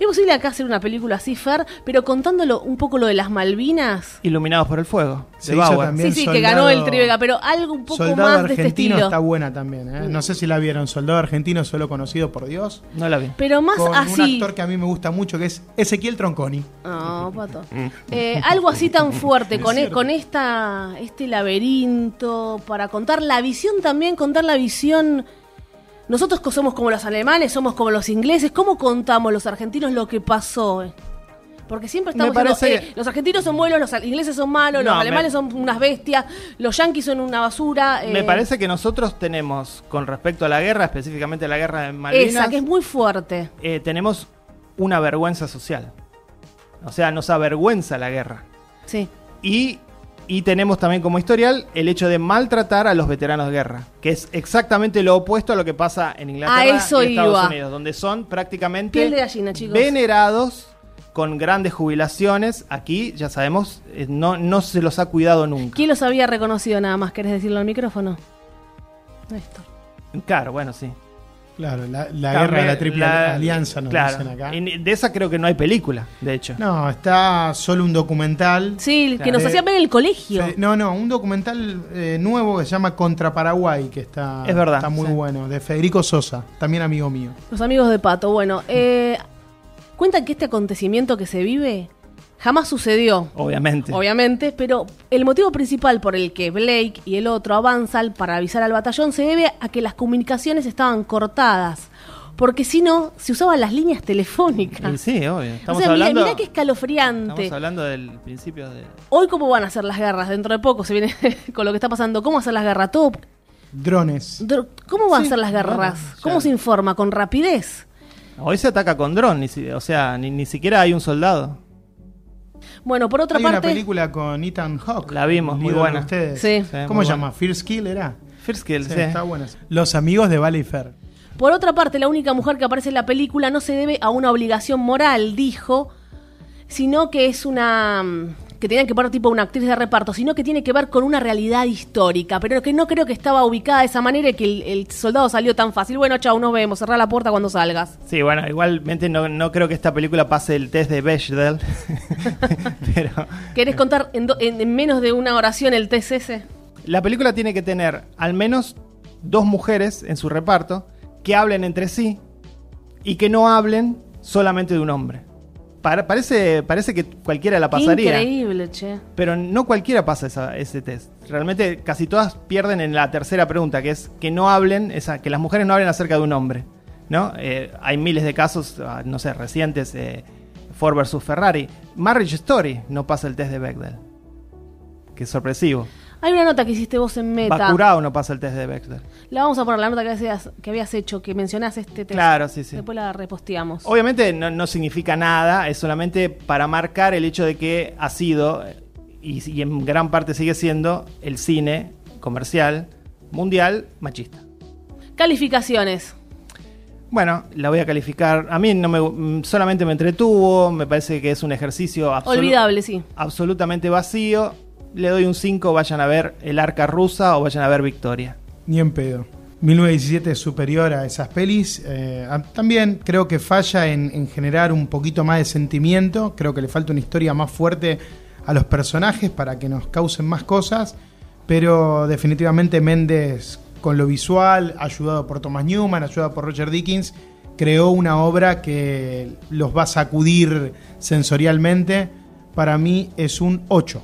[SPEAKER 1] Es posible acá hacer una película así, Fer, pero contándolo un poco lo de las Malvinas.
[SPEAKER 2] Iluminados por el fuego.
[SPEAKER 4] Se
[SPEAKER 2] de
[SPEAKER 4] hizo
[SPEAKER 2] Bauer.
[SPEAKER 4] también.
[SPEAKER 1] Sí, sí, que
[SPEAKER 4] Soldado-
[SPEAKER 1] ganó el Tribeca, pero algo un poco
[SPEAKER 4] Soldado
[SPEAKER 1] más de este
[SPEAKER 4] Argentino
[SPEAKER 1] estilo.
[SPEAKER 4] está buena también. ¿eh? No sé si la vieron. Soldado Argentino, solo conocido por Dios.
[SPEAKER 2] No la vi.
[SPEAKER 1] Pero más
[SPEAKER 4] con un
[SPEAKER 1] así.
[SPEAKER 4] actor que a mí me gusta mucho, que es Ezequiel Tronconi.
[SPEAKER 1] No, pato. Eh, algo así tan fuerte, con, e- con esta, este laberinto, para contar la visión también, contar la visión. Nosotros co- somos como los alemanes, somos como los ingleses. ¿Cómo contamos los argentinos lo que pasó? Porque siempre
[SPEAKER 2] Me
[SPEAKER 1] estamos diciendo,
[SPEAKER 2] parece-
[SPEAKER 1] eh, los argentinos son buenos, los al- ingleses son malos,
[SPEAKER 2] No,
[SPEAKER 1] los
[SPEAKER 2] me-
[SPEAKER 1] alemanes son unas bestias, los yanquis son una basura. eh,
[SPEAKER 2] Me parece que nosotros tenemos, con respecto a la guerra, específicamente la guerra de Malvinas,
[SPEAKER 1] Esa, que es muy fuerte.
[SPEAKER 2] eh, tenemos una vergüenza social. O sea, nos avergüenza la guerra.
[SPEAKER 1] Sí.
[SPEAKER 2] Y, y tenemos también como historial el hecho de maltratar a los veteranos de guerra, que es exactamente lo opuesto a lo que pasa en Inglaterra
[SPEAKER 1] A eso
[SPEAKER 2] y Estados
[SPEAKER 1] iba.
[SPEAKER 2] Unidos, donde son prácticamente
[SPEAKER 1] Piel de gallina, chicos.
[SPEAKER 2] venerados con grandes jubilaciones. Aquí, ya sabemos, eh, no, no se los ha cuidado nunca.
[SPEAKER 1] ¿Quién los había reconocido nada más? ¿Querés decirlo al micrófono? Néstor.
[SPEAKER 2] Claro, bueno, sí.
[SPEAKER 5] Claro, la, la
[SPEAKER 2] También
[SPEAKER 5] guerra de la triple alianza nos
[SPEAKER 2] claro.
[SPEAKER 5] dicen acá.
[SPEAKER 2] En- De esa creo que no hay película, de hecho.
[SPEAKER 4] No, está solo un documental.
[SPEAKER 1] Sí, que nos
[SPEAKER 4] Claro.
[SPEAKER 1] hacían ver en el colegio.
[SPEAKER 4] Fe- No, no, un documental eh, nuevo que se llama Contra Paraguay, que está,
[SPEAKER 2] Es verdad,
[SPEAKER 4] está muy
[SPEAKER 2] sí.
[SPEAKER 4] bueno, de Federico Sosa, también amigo mío.
[SPEAKER 1] Los amigos de Pato, bueno, eh, cuentan que este acontecimiento que se vive jamás sucedió,
[SPEAKER 2] Obviamente.
[SPEAKER 1] obviamente, pero el motivo principal por el que Blake y el otro avanzan para avisar al batallón se debe a que las comunicaciones estaban cortadas, porque si no, se usaban las líneas
[SPEAKER 2] Y
[SPEAKER 1] telefónicas.
[SPEAKER 2] sí, obvio.
[SPEAKER 1] o
[SPEAKER 2] Estamos
[SPEAKER 1] sea, mirá,
[SPEAKER 2] hablando,
[SPEAKER 1] mirá que escalofriante.
[SPEAKER 2] estamos hablando del principio de.
[SPEAKER 1] Hoy cómo van a ser las guerras, dentro de poco se viene *laughs* con lo que está pasando, cómo hacer las guerras, todo
[SPEAKER 4] Drones.
[SPEAKER 1] dro- ¿Cómo van
[SPEAKER 2] Sí,
[SPEAKER 1] a ser las guerras?
[SPEAKER 2] bueno, ya.
[SPEAKER 1] ¿Cómo se informa? ¿Con rapidez?
[SPEAKER 2] Hoy se ataca con dron, ni si- o sea, ni, ni siquiera hay un soldado.
[SPEAKER 1] Bueno, por otra
[SPEAKER 4] Hay una
[SPEAKER 1] parte...
[SPEAKER 4] película con Ethan Hawke.
[SPEAKER 2] La vimos,
[SPEAKER 4] el
[SPEAKER 2] muy
[SPEAKER 4] ídolo
[SPEAKER 2] buena.
[SPEAKER 4] de ustedes.
[SPEAKER 1] Sí. Sí,
[SPEAKER 2] muy
[SPEAKER 4] ¿Cómo se
[SPEAKER 2] buena.
[SPEAKER 4] llama? First Kill era.
[SPEAKER 2] First Kill,
[SPEAKER 4] Sí,
[SPEAKER 2] sí.
[SPEAKER 4] está buena. esa.
[SPEAKER 5] Los amigos de Valley Fair.
[SPEAKER 1] Por otra parte, la única mujer que aparece en la película no se debe a una obligación moral, dijo, sino que es una mm, que tenían que ver tipo una actriz de reparto, sino que tiene que ver con una realidad histórica, pero que no creo que estaba ubicada de esa manera y que el, el soldado salió tan fácil. Bueno, chao, nos vemos, cerrá la puerta cuando salgas.
[SPEAKER 2] Sí, bueno, igualmente no, no creo que esta película pase el test de Bechdel. Pero
[SPEAKER 1] ¿Querés contar en, do- en- en menos de una oración el TCS?
[SPEAKER 2] la película tiene que tener al menos dos mujeres en su reparto que hablen entre sí y que no hablen solamente de un hombre. Para- parece, parece que cualquiera la pasaría.
[SPEAKER 1] Increíble, che.
[SPEAKER 2] Pero no cualquiera pasa esa- ese test. Realmente casi todas pierden en la tercera pregunta, que es que no hablen, esa, que las mujeres no hablen acerca de un hombre. ¿no? Eh, hay miles de casos, ah, no sé, recientes, eh, Ford versus Ferrari. Marriage Story no pasa el test de Bechdel. Que es sorpresivo.
[SPEAKER 1] Hay una nota que hiciste vos en Meta.
[SPEAKER 2] Bacurao no pasa el test de Bechdel.
[SPEAKER 1] La vamos a poner la nota que habías, que habías hecho, que mencionás este test.
[SPEAKER 2] Claro, sí, sí.
[SPEAKER 1] Después la reposteamos.
[SPEAKER 2] Obviamente no, no significa nada, es solamente para marcar el hecho de que ha sido, y, y en gran parte sigue siendo, el cine comercial mundial machista.
[SPEAKER 1] Calificaciones.
[SPEAKER 2] Bueno, la voy a calificar. A mí no me, mm, solamente me entretuvo, me parece que es un ejercicio absolu-
[SPEAKER 1] Olvidable, sí.
[SPEAKER 2] absolutamente vacío. Le doy un 5, vayan a ver El Arca Rusa o vayan a ver Victoria.
[SPEAKER 4] Ni en pedo. 1917 es superior a esas pelis. eh, a- también creo que falla en, en generar un poquito más de sentimiento. Creo que le falta una historia más fuerte a los personajes para que nos causen más cosas. Pero definitivamente Méndez, con lo visual, ayudado por Thomas Newman, ayudado por Roger Dickens, creó una obra que los va a sacudir sensorialmente. Para mí es un 8.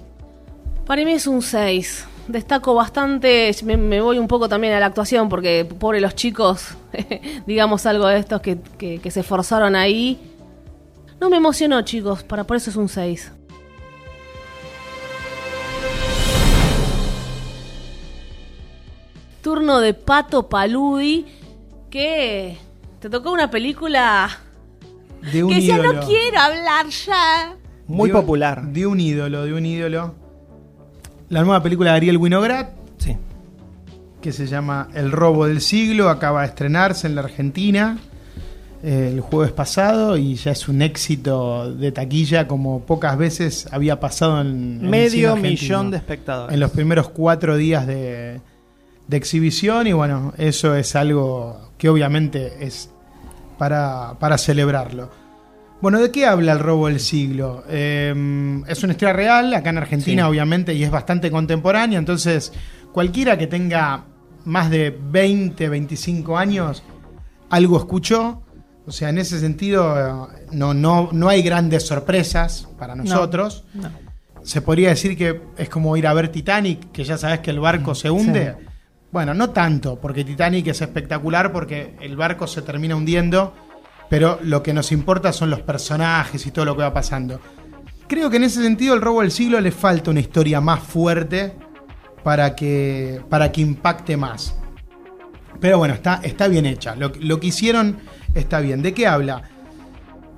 [SPEAKER 1] Para mí es un 6. Destaco bastante, me, me voy un poco también a la actuación porque pobre los chicos, *laughs* digamos algo de estos que, que- que se esforzaron ahí. No me emocionó chicos, para, por eso es un 6. Turno de Pato Paludi, que te tocó una película
[SPEAKER 4] De un
[SPEAKER 1] que decía
[SPEAKER 4] ídolo.
[SPEAKER 1] no quiero hablar ya.
[SPEAKER 2] Muy
[SPEAKER 4] De un-
[SPEAKER 2] popular.
[SPEAKER 4] De un ídolo, de un ídolo. La nueva película de Ariel Winograd,
[SPEAKER 2] Sí.
[SPEAKER 4] que se llama El robo del siglo, acaba de estrenarse en la Argentina eh, el jueves pasado y ya es un éxito de taquilla como pocas veces había pasado en- en el cine
[SPEAKER 2] Medio
[SPEAKER 4] argentino.
[SPEAKER 2] millón de espectadores.
[SPEAKER 4] en los primeros cuatro días de, de exhibición y bueno, eso es algo que obviamente es para, para celebrarlo. Bueno, ¿de qué habla el robo del siglo? Eh, es una historia real, acá en Argentina
[SPEAKER 2] Sí.
[SPEAKER 4] obviamente, y es bastante contemporánea, entonces cualquiera que tenga más de 20, 25 años, algo escuchó. O sea, en ese sentido, eh, no, no, no hay grandes sorpresas para nosotros se podría decir que es como ir a ver Titanic, que ya sabes que el barco se hunde. Bueno, no tanto, porque Titanic es espectacular porque el barco se termina hundiendo, pero lo que nos importa son los personajes y todo lo que va pasando. Creo que en ese sentido el robo del siglo le falta una historia más fuerte para que, para que impacte más. Pero bueno, está, está bien hecha. Lo, lo que hicieron está bien. ¿De qué habla?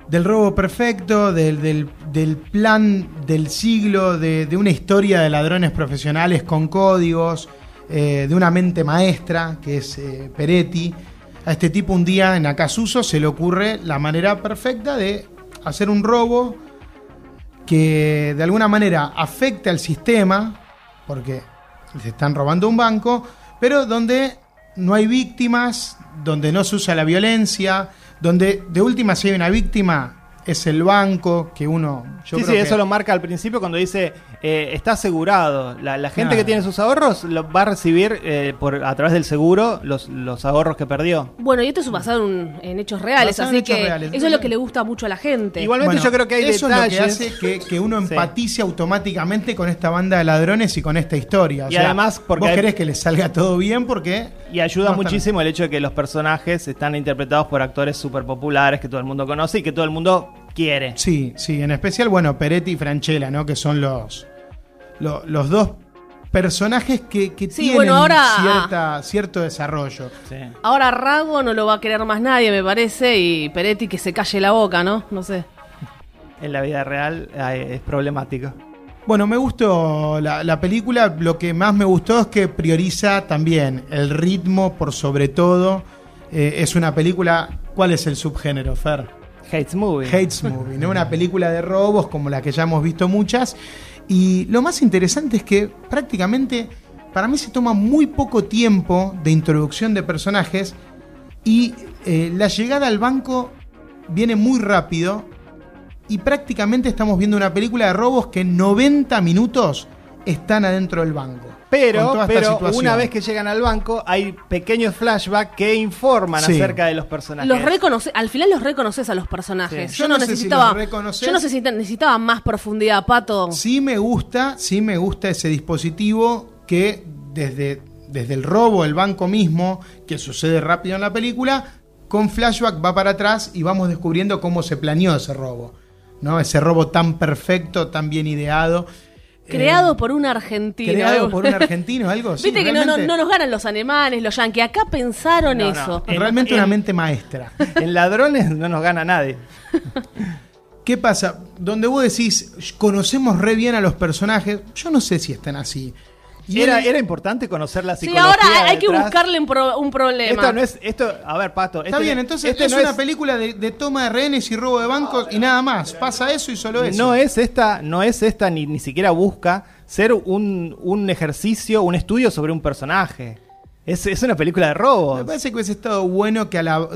[SPEAKER 4] Del robo perfecto, del, del- del plan del siglo, de, de una historia de ladrones profesionales con códigos, eh, de una mente maestra, que es eh, Peretti. A este tipo un día en Acasuso se le ocurre la manera perfecta de hacer un robo que de alguna manera afecta al sistema, porque se están robando un banco, pero donde no hay víctimas, donde no se usa la violencia, donde de última si hay una víctima es el banco, que uno... yo
[SPEAKER 2] sí,
[SPEAKER 4] creo
[SPEAKER 2] sí,
[SPEAKER 4] que-
[SPEAKER 2] eso lo marca al principio cuando dice eh, está asegurado. La, la gente
[SPEAKER 4] Claro.
[SPEAKER 2] que tiene sus ahorros lo va a recibir eh, por, a través del seguro los, los ahorros que perdió.
[SPEAKER 1] Bueno, y esto es basado en, en hechos reales,
[SPEAKER 4] Basado en
[SPEAKER 1] así
[SPEAKER 4] hechos
[SPEAKER 1] que
[SPEAKER 4] reales.
[SPEAKER 1] eso es lo que le gusta mucho a la gente.
[SPEAKER 2] Igualmente
[SPEAKER 4] Bueno,
[SPEAKER 2] yo creo que hay
[SPEAKER 4] eso
[SPEAKER 2] detalles.
[SPEAKER 4] es lo que hace que, que
[SPEAKER 2] *laughs*
[SPEAKER 4] uno
[SPEAKER 2] Sí.
[SPEAKER 4] empatice automáticamente con esta banda de ladrones y con esta historia. O
[SPEAKER 2] Y
[SPEAKER 4] sea,
[SPEAKER 2] además, porque
[SPEAKER 4] vos
[SPEAKER 2] hay-
[SPEAKER 4] querés que les salga todo bien porque
[SPEAKER 2] Y ayuda
[SPEAKER 4] No, está
[SPEAKER 2] muchísimo el hecho de que los personajes están interpretados por actores súper populares que todo el mundo conoce y que todo el mundo quiere.
[SPEAKER 4] Sí, sí, en especial, bueno, Peretti y Franchella, ¿no? Que son los, lo- los, dos personajes que, que
[SPEAKER 1] Sí,
[SPEAKER 4] tienen
[SPEAKER 1] bueno, ahora-
[SPEAKER 4] cierta, cierto desarrollo.
[SPEAKER 2] Sí.
[SPEAKER 1] Ahora Rago no lo va a querer más nadie, me parece, y Peretti que se calle la boca, ¿no? No sé.
[SPEAKER 2] En la vida real eh, es problemático.
[SPEAKER 4] Bueno, me gustó la, la película, lo que más me gustó es que prioriza también el ritmo por sobre todo. Eh, es una película, ¿cuál es el subgénero, Fer?
[SPEAKER 2] Hates Movie.
[SPEAKER 4] Hates Movie, ¿no? Una película de robos como la que ya hemos visto muchas. Y lo más interesante es que prácticamente para mí se toma muy poco tiempo de introducción de personajes y eh, la llegada al banco viene muy rápido y prácticamente estamos viendo una película de robos que en 90 minutos están adentro del banco. Con
[SPEAKER 2] Pero,
[SPEAKER 4] toda esta
[SPEAKER 2] pero
[SPEAKER 4] situación.
[SPEAKER 2] una vez que llegan al banco, hay pequeños flashbacks que informan
[SPEAKER 4] Sí.
[SPEAKER 2] acerca de los personajes.
[SPEAKER 1] Los reconoce, al final los reconoces a los personajes.
[SPEAKER 4] Sí.
[SPEAKER 1] Yo,
[SPEAKER 4] Yo
[SPEAKER 1] no
[SPEAKER 4] no sé si
[SPEAKER 1] necesitaba.
[SPEAKER 4] los reconoces.
[SPEAKER 1] yo no necesita- necesitaba más profundidad, Pato.
[SPEAKER 4] Sí me gusta, sí me gusta ese dispositivo que desde, desde el robo, el banco mismo, que sucede rápido en la película, con flashback va para atrás y vamos descubriendo cómo se planeó ese robo. ¿no? Ese robo tan perfecto, tan bien ideado.
[SPEAKER 1] creado
[SPEAKER 4] eh,
[SPEAKER 1] por un argentino.
[SPEAKER 4] creado
[SPEAKER 1] *laughs*
[SPEAKER 4] por un argentino, algo así.
[SPEAKER 1] Viste que no, no,
[SPEAKER 4] realmente-
[SPEAKER 1] no nos ganan los alemanes, los yanquis. Acá pensaron
[SPEAKER 2] No, no.
[SPEAKER 1] eso.
[SPEAKER 2] Eh,
[SPEAKER 4] Realmente
[SPEAKER 2] En-
[SPEAKER 4] una
[SPEAKER 2] en-
[SPEAKER 4] mente maestra.
[SPEAKER 2] En ladrones no nos gana nadie.
[SPEAKER 4] ¿Qué pasa? Donde vos decís, conocemos re bien a los personajes, yo no sé si están así. Y
[SPEAKER 2] Era,
[SPEAKER 4] él-
[SPEAKER 2] era importante conocer la
[SPEAKER 1] Sí,
[SPEAKER 2] psicología.
[SPEAKER 1] ahora hay- hay que
[SPEAKER 2] detrás.
[SPEAKER 1] buscarle un, pro- un problema.
[SPEAKER 2] Esto no es. Esto, a ver, Pato.
[SPEAKER 4] Está
[SPEAKER 2] este-
[SPEAKER 4] bien, entonces
[SPEAKER 2] este
[SPEAKER 4] es
[SPEAKER 2] no
[SPEAKER 4] una película de, de toma de rehenes y robo de bancos y nada más. Pasa eso y solo eso.
[SPEAKER 2] No es esta, no es esta ni, ni siquiera busca ser un, un ejercicio, un estudio sobre un personaje. Es, es una película de
[SPEAKER 4] Me
[SPEAKER 2] robos.
[SPEAKER 4] parece que hubiese estado bueno que, a la-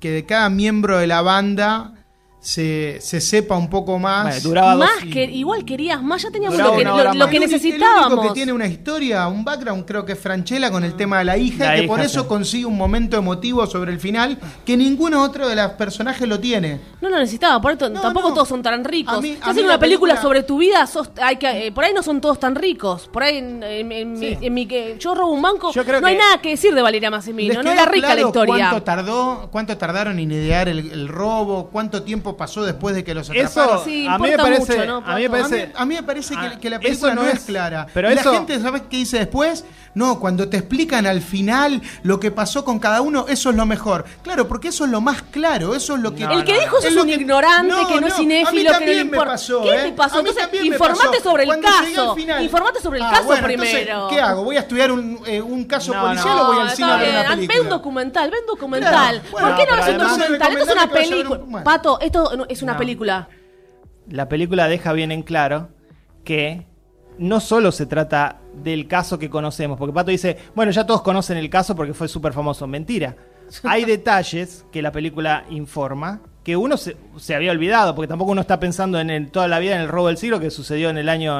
[SPEAKER 4] que de cada miembro de la banda se, se sepa un poco más.
[SPEAKER 2] Bueno, duraba dos-
[SPEAKER 1] más que igual querías más, ya teníamos
[SPEAKER 2] Duraba
[SPEAKER 1] lo que,
[SPEAKER 2] una
[SPEAKER 1] lo-
[SPEAKER 2] hora
[SPEAKER 1] lo
[SPEAKER 2] más.
[SPEAKER 1] que
[SPEAKER 4] El único-
[SPEAKER 1] necesitábamos.
[SPEAKER 4] El único que tiene una historia, un background, creo que es Franchella con el tema de la hija,
[SPEAKER 2] La
[SPEAKER 4] que
[SPEAKER 2] hija,
[SPEAKER 4] por eso
[SPEAKER 2] sí.
[SPEAKER 4] consigue un momento emotivo sobre el final que ninguno otro de los personajes lo tiene.
[SPEAKER 1] No lo necesitaba, por esto,
[SPEAKER 4] No,
[SPEAKER 1] tampoco
[SPEAKER 4] no.
[SPEAKER 1] todos son tan ricos.
[SPEAKER 4] A mí-
[SPEAKER 1] Estás
[SPEAKER 4] a mí
[SPEAKER 1] haciendo
[SPEAKER 4] la
[SPEAKER 1] una película,
[SPEAKER 4] película-
[SPEAKER 1] sobre tu vida, sos- hay que, eh, por ahí no son todos tan ricos. Por ahí en, en- en mi-
[SPEAKER 2] Sí.
[SPEAKER 1] en mi que yo robo un banco,
[SPEAKER 2] Yo creo
[SPEAKER 1] no hay
[SPEAKER 2] que-
[SPEAKER 1] nada que decir de Valeria Massimino,
[SPEAKER 4] ¿Les
[SPEAKER 1] no
[SPEAKER 4] quedó
[SPEAKER 1] era rica la
[SPEAKER 4] claro
[SPEAKER 1] historia.
[SPEAKER 4] ¿Cuánto tardó? ¿Cuánto tardaron en idear el, el robo? ¿Cuánto tiempo pasó después de que los atraparon?
[SPEAKER 2] Eso
[SPEAKER 1] Sí,
[SPEAKER 2] a mí me
[SPEAKER 1] importa
[SPEAKER 2] parece,
[SPEAKER 1] mucho, ¿no,
[SPEAKER 2] a mí me
[SPEAKER 1] Pato?
[SPEAKER 4] A mí,
[SPEAKER 2] parece
[SPEAKER 4] a mí me parece
[SPEAKER 2] Ah,
[SPEAKER 4] que, que la
[SPEAKER 2] eso
[SPEAKER 4] película
[SPEAKER 2] no
[SPEAKER 4] no,
[SPEAKER 2] es-
[SPEAKER 4] es, clara.
[SPEAKER 2] pero
[SPEAKER 4] Y
[SPEAKER 2] eso-
[SPEAKER 4] la gente, ¿sabes qué dice después? No, cuando te explican al final lo que pasó con cada uno, eso es lo mejor. Claro, porque eso es lo más claro, eso es lo que...
[SPEAKER 2] No,
[SPEAKER 1] el que
[SPEAKER 2] no,
[SPEAKER 1] dijo eso
[SPEAKER 4] es
[SPEAKER 1] es
[SPEAKER 4] lo
[SPEAKER 1] un
[SPEAKER 4] que-
[SPEAKER 1] ignorante,
[SPEAKER 4] No,
[SPEAKER 1] que no es
[SPEAKER 4] no, a mí
[SPEAKER 1] cinéfilo, que no le
[SPEAKER 4] también me
[SPEAKER 1] importa.
[SPEAKER 4] pasó,
[SPEAKER 1] ¿Qué
[SPEAKER 4] eh.
[SPEAKER 1] te pasó?
[SPEAKER 4] A mí
[SPEAKER 1] Entonces,
[SPEAKER 4] también me
[SPEAKER 1] informate
[SPEAKER 4] pasó.
[SPEAKER 1] sobre el
[SPEAKER 4] Cuando llegué al
[SPEAKER 1] caso.
[SPEAKER 4] final-
[SPEAKER 1] Informate sobre el
[SPEAKER 4] Ah,
[SPEAKER 1] caso
[SPEAKER 4] bueno, entonces,
[SPEAKER 1] primero.
[SPEAKER 4] ¿Qué hago? ¿Voy a estudiar un, eh, un caso
[SPEAKER 2] No,
[SPEAKER 4] policial o voy al
[SPEAKER 1] está
[SPEAKER 4] cine a ver
[SPEAKER 1] bien,
[SPEAKER 4] una
[SPEAKER 1] Ve un
[SPEAKER 4] película?
[SPEAKER 1] documental, ve un documental.
[SPEAKER 4] Claro, bueno,
[SPEAKER 1] ¿Por qué no
[SPEAKER 2] pero
[SPEAKER 1] ves un
[SPEAKER 2] además-
[SPEAKER 1] documental? Esto es una
[SPEAKER 4] recomendame que vaya a ver un-
[SPEAKER 1] película.
[SPEAKER 4] bueno.
[SPEAKER 1] Pato, esto no- es una
[SPEAKER 2] No.
[SPEAKER 1] película.
[SPEAKER 2] la película deja bien en claro que no solo se trata del caso que conocemos, porque Pato dice, bueno, ya todos conocen el caso porque fue súper
[SPEAKER 1] *laughs*
[SPEAKER 2] famoso. Mentira. Hay detalles que la película informa que uno se, se había olvidado, porque tampoco uno está pensando en el- toda la vida en el robo del siglo que sucedió en el año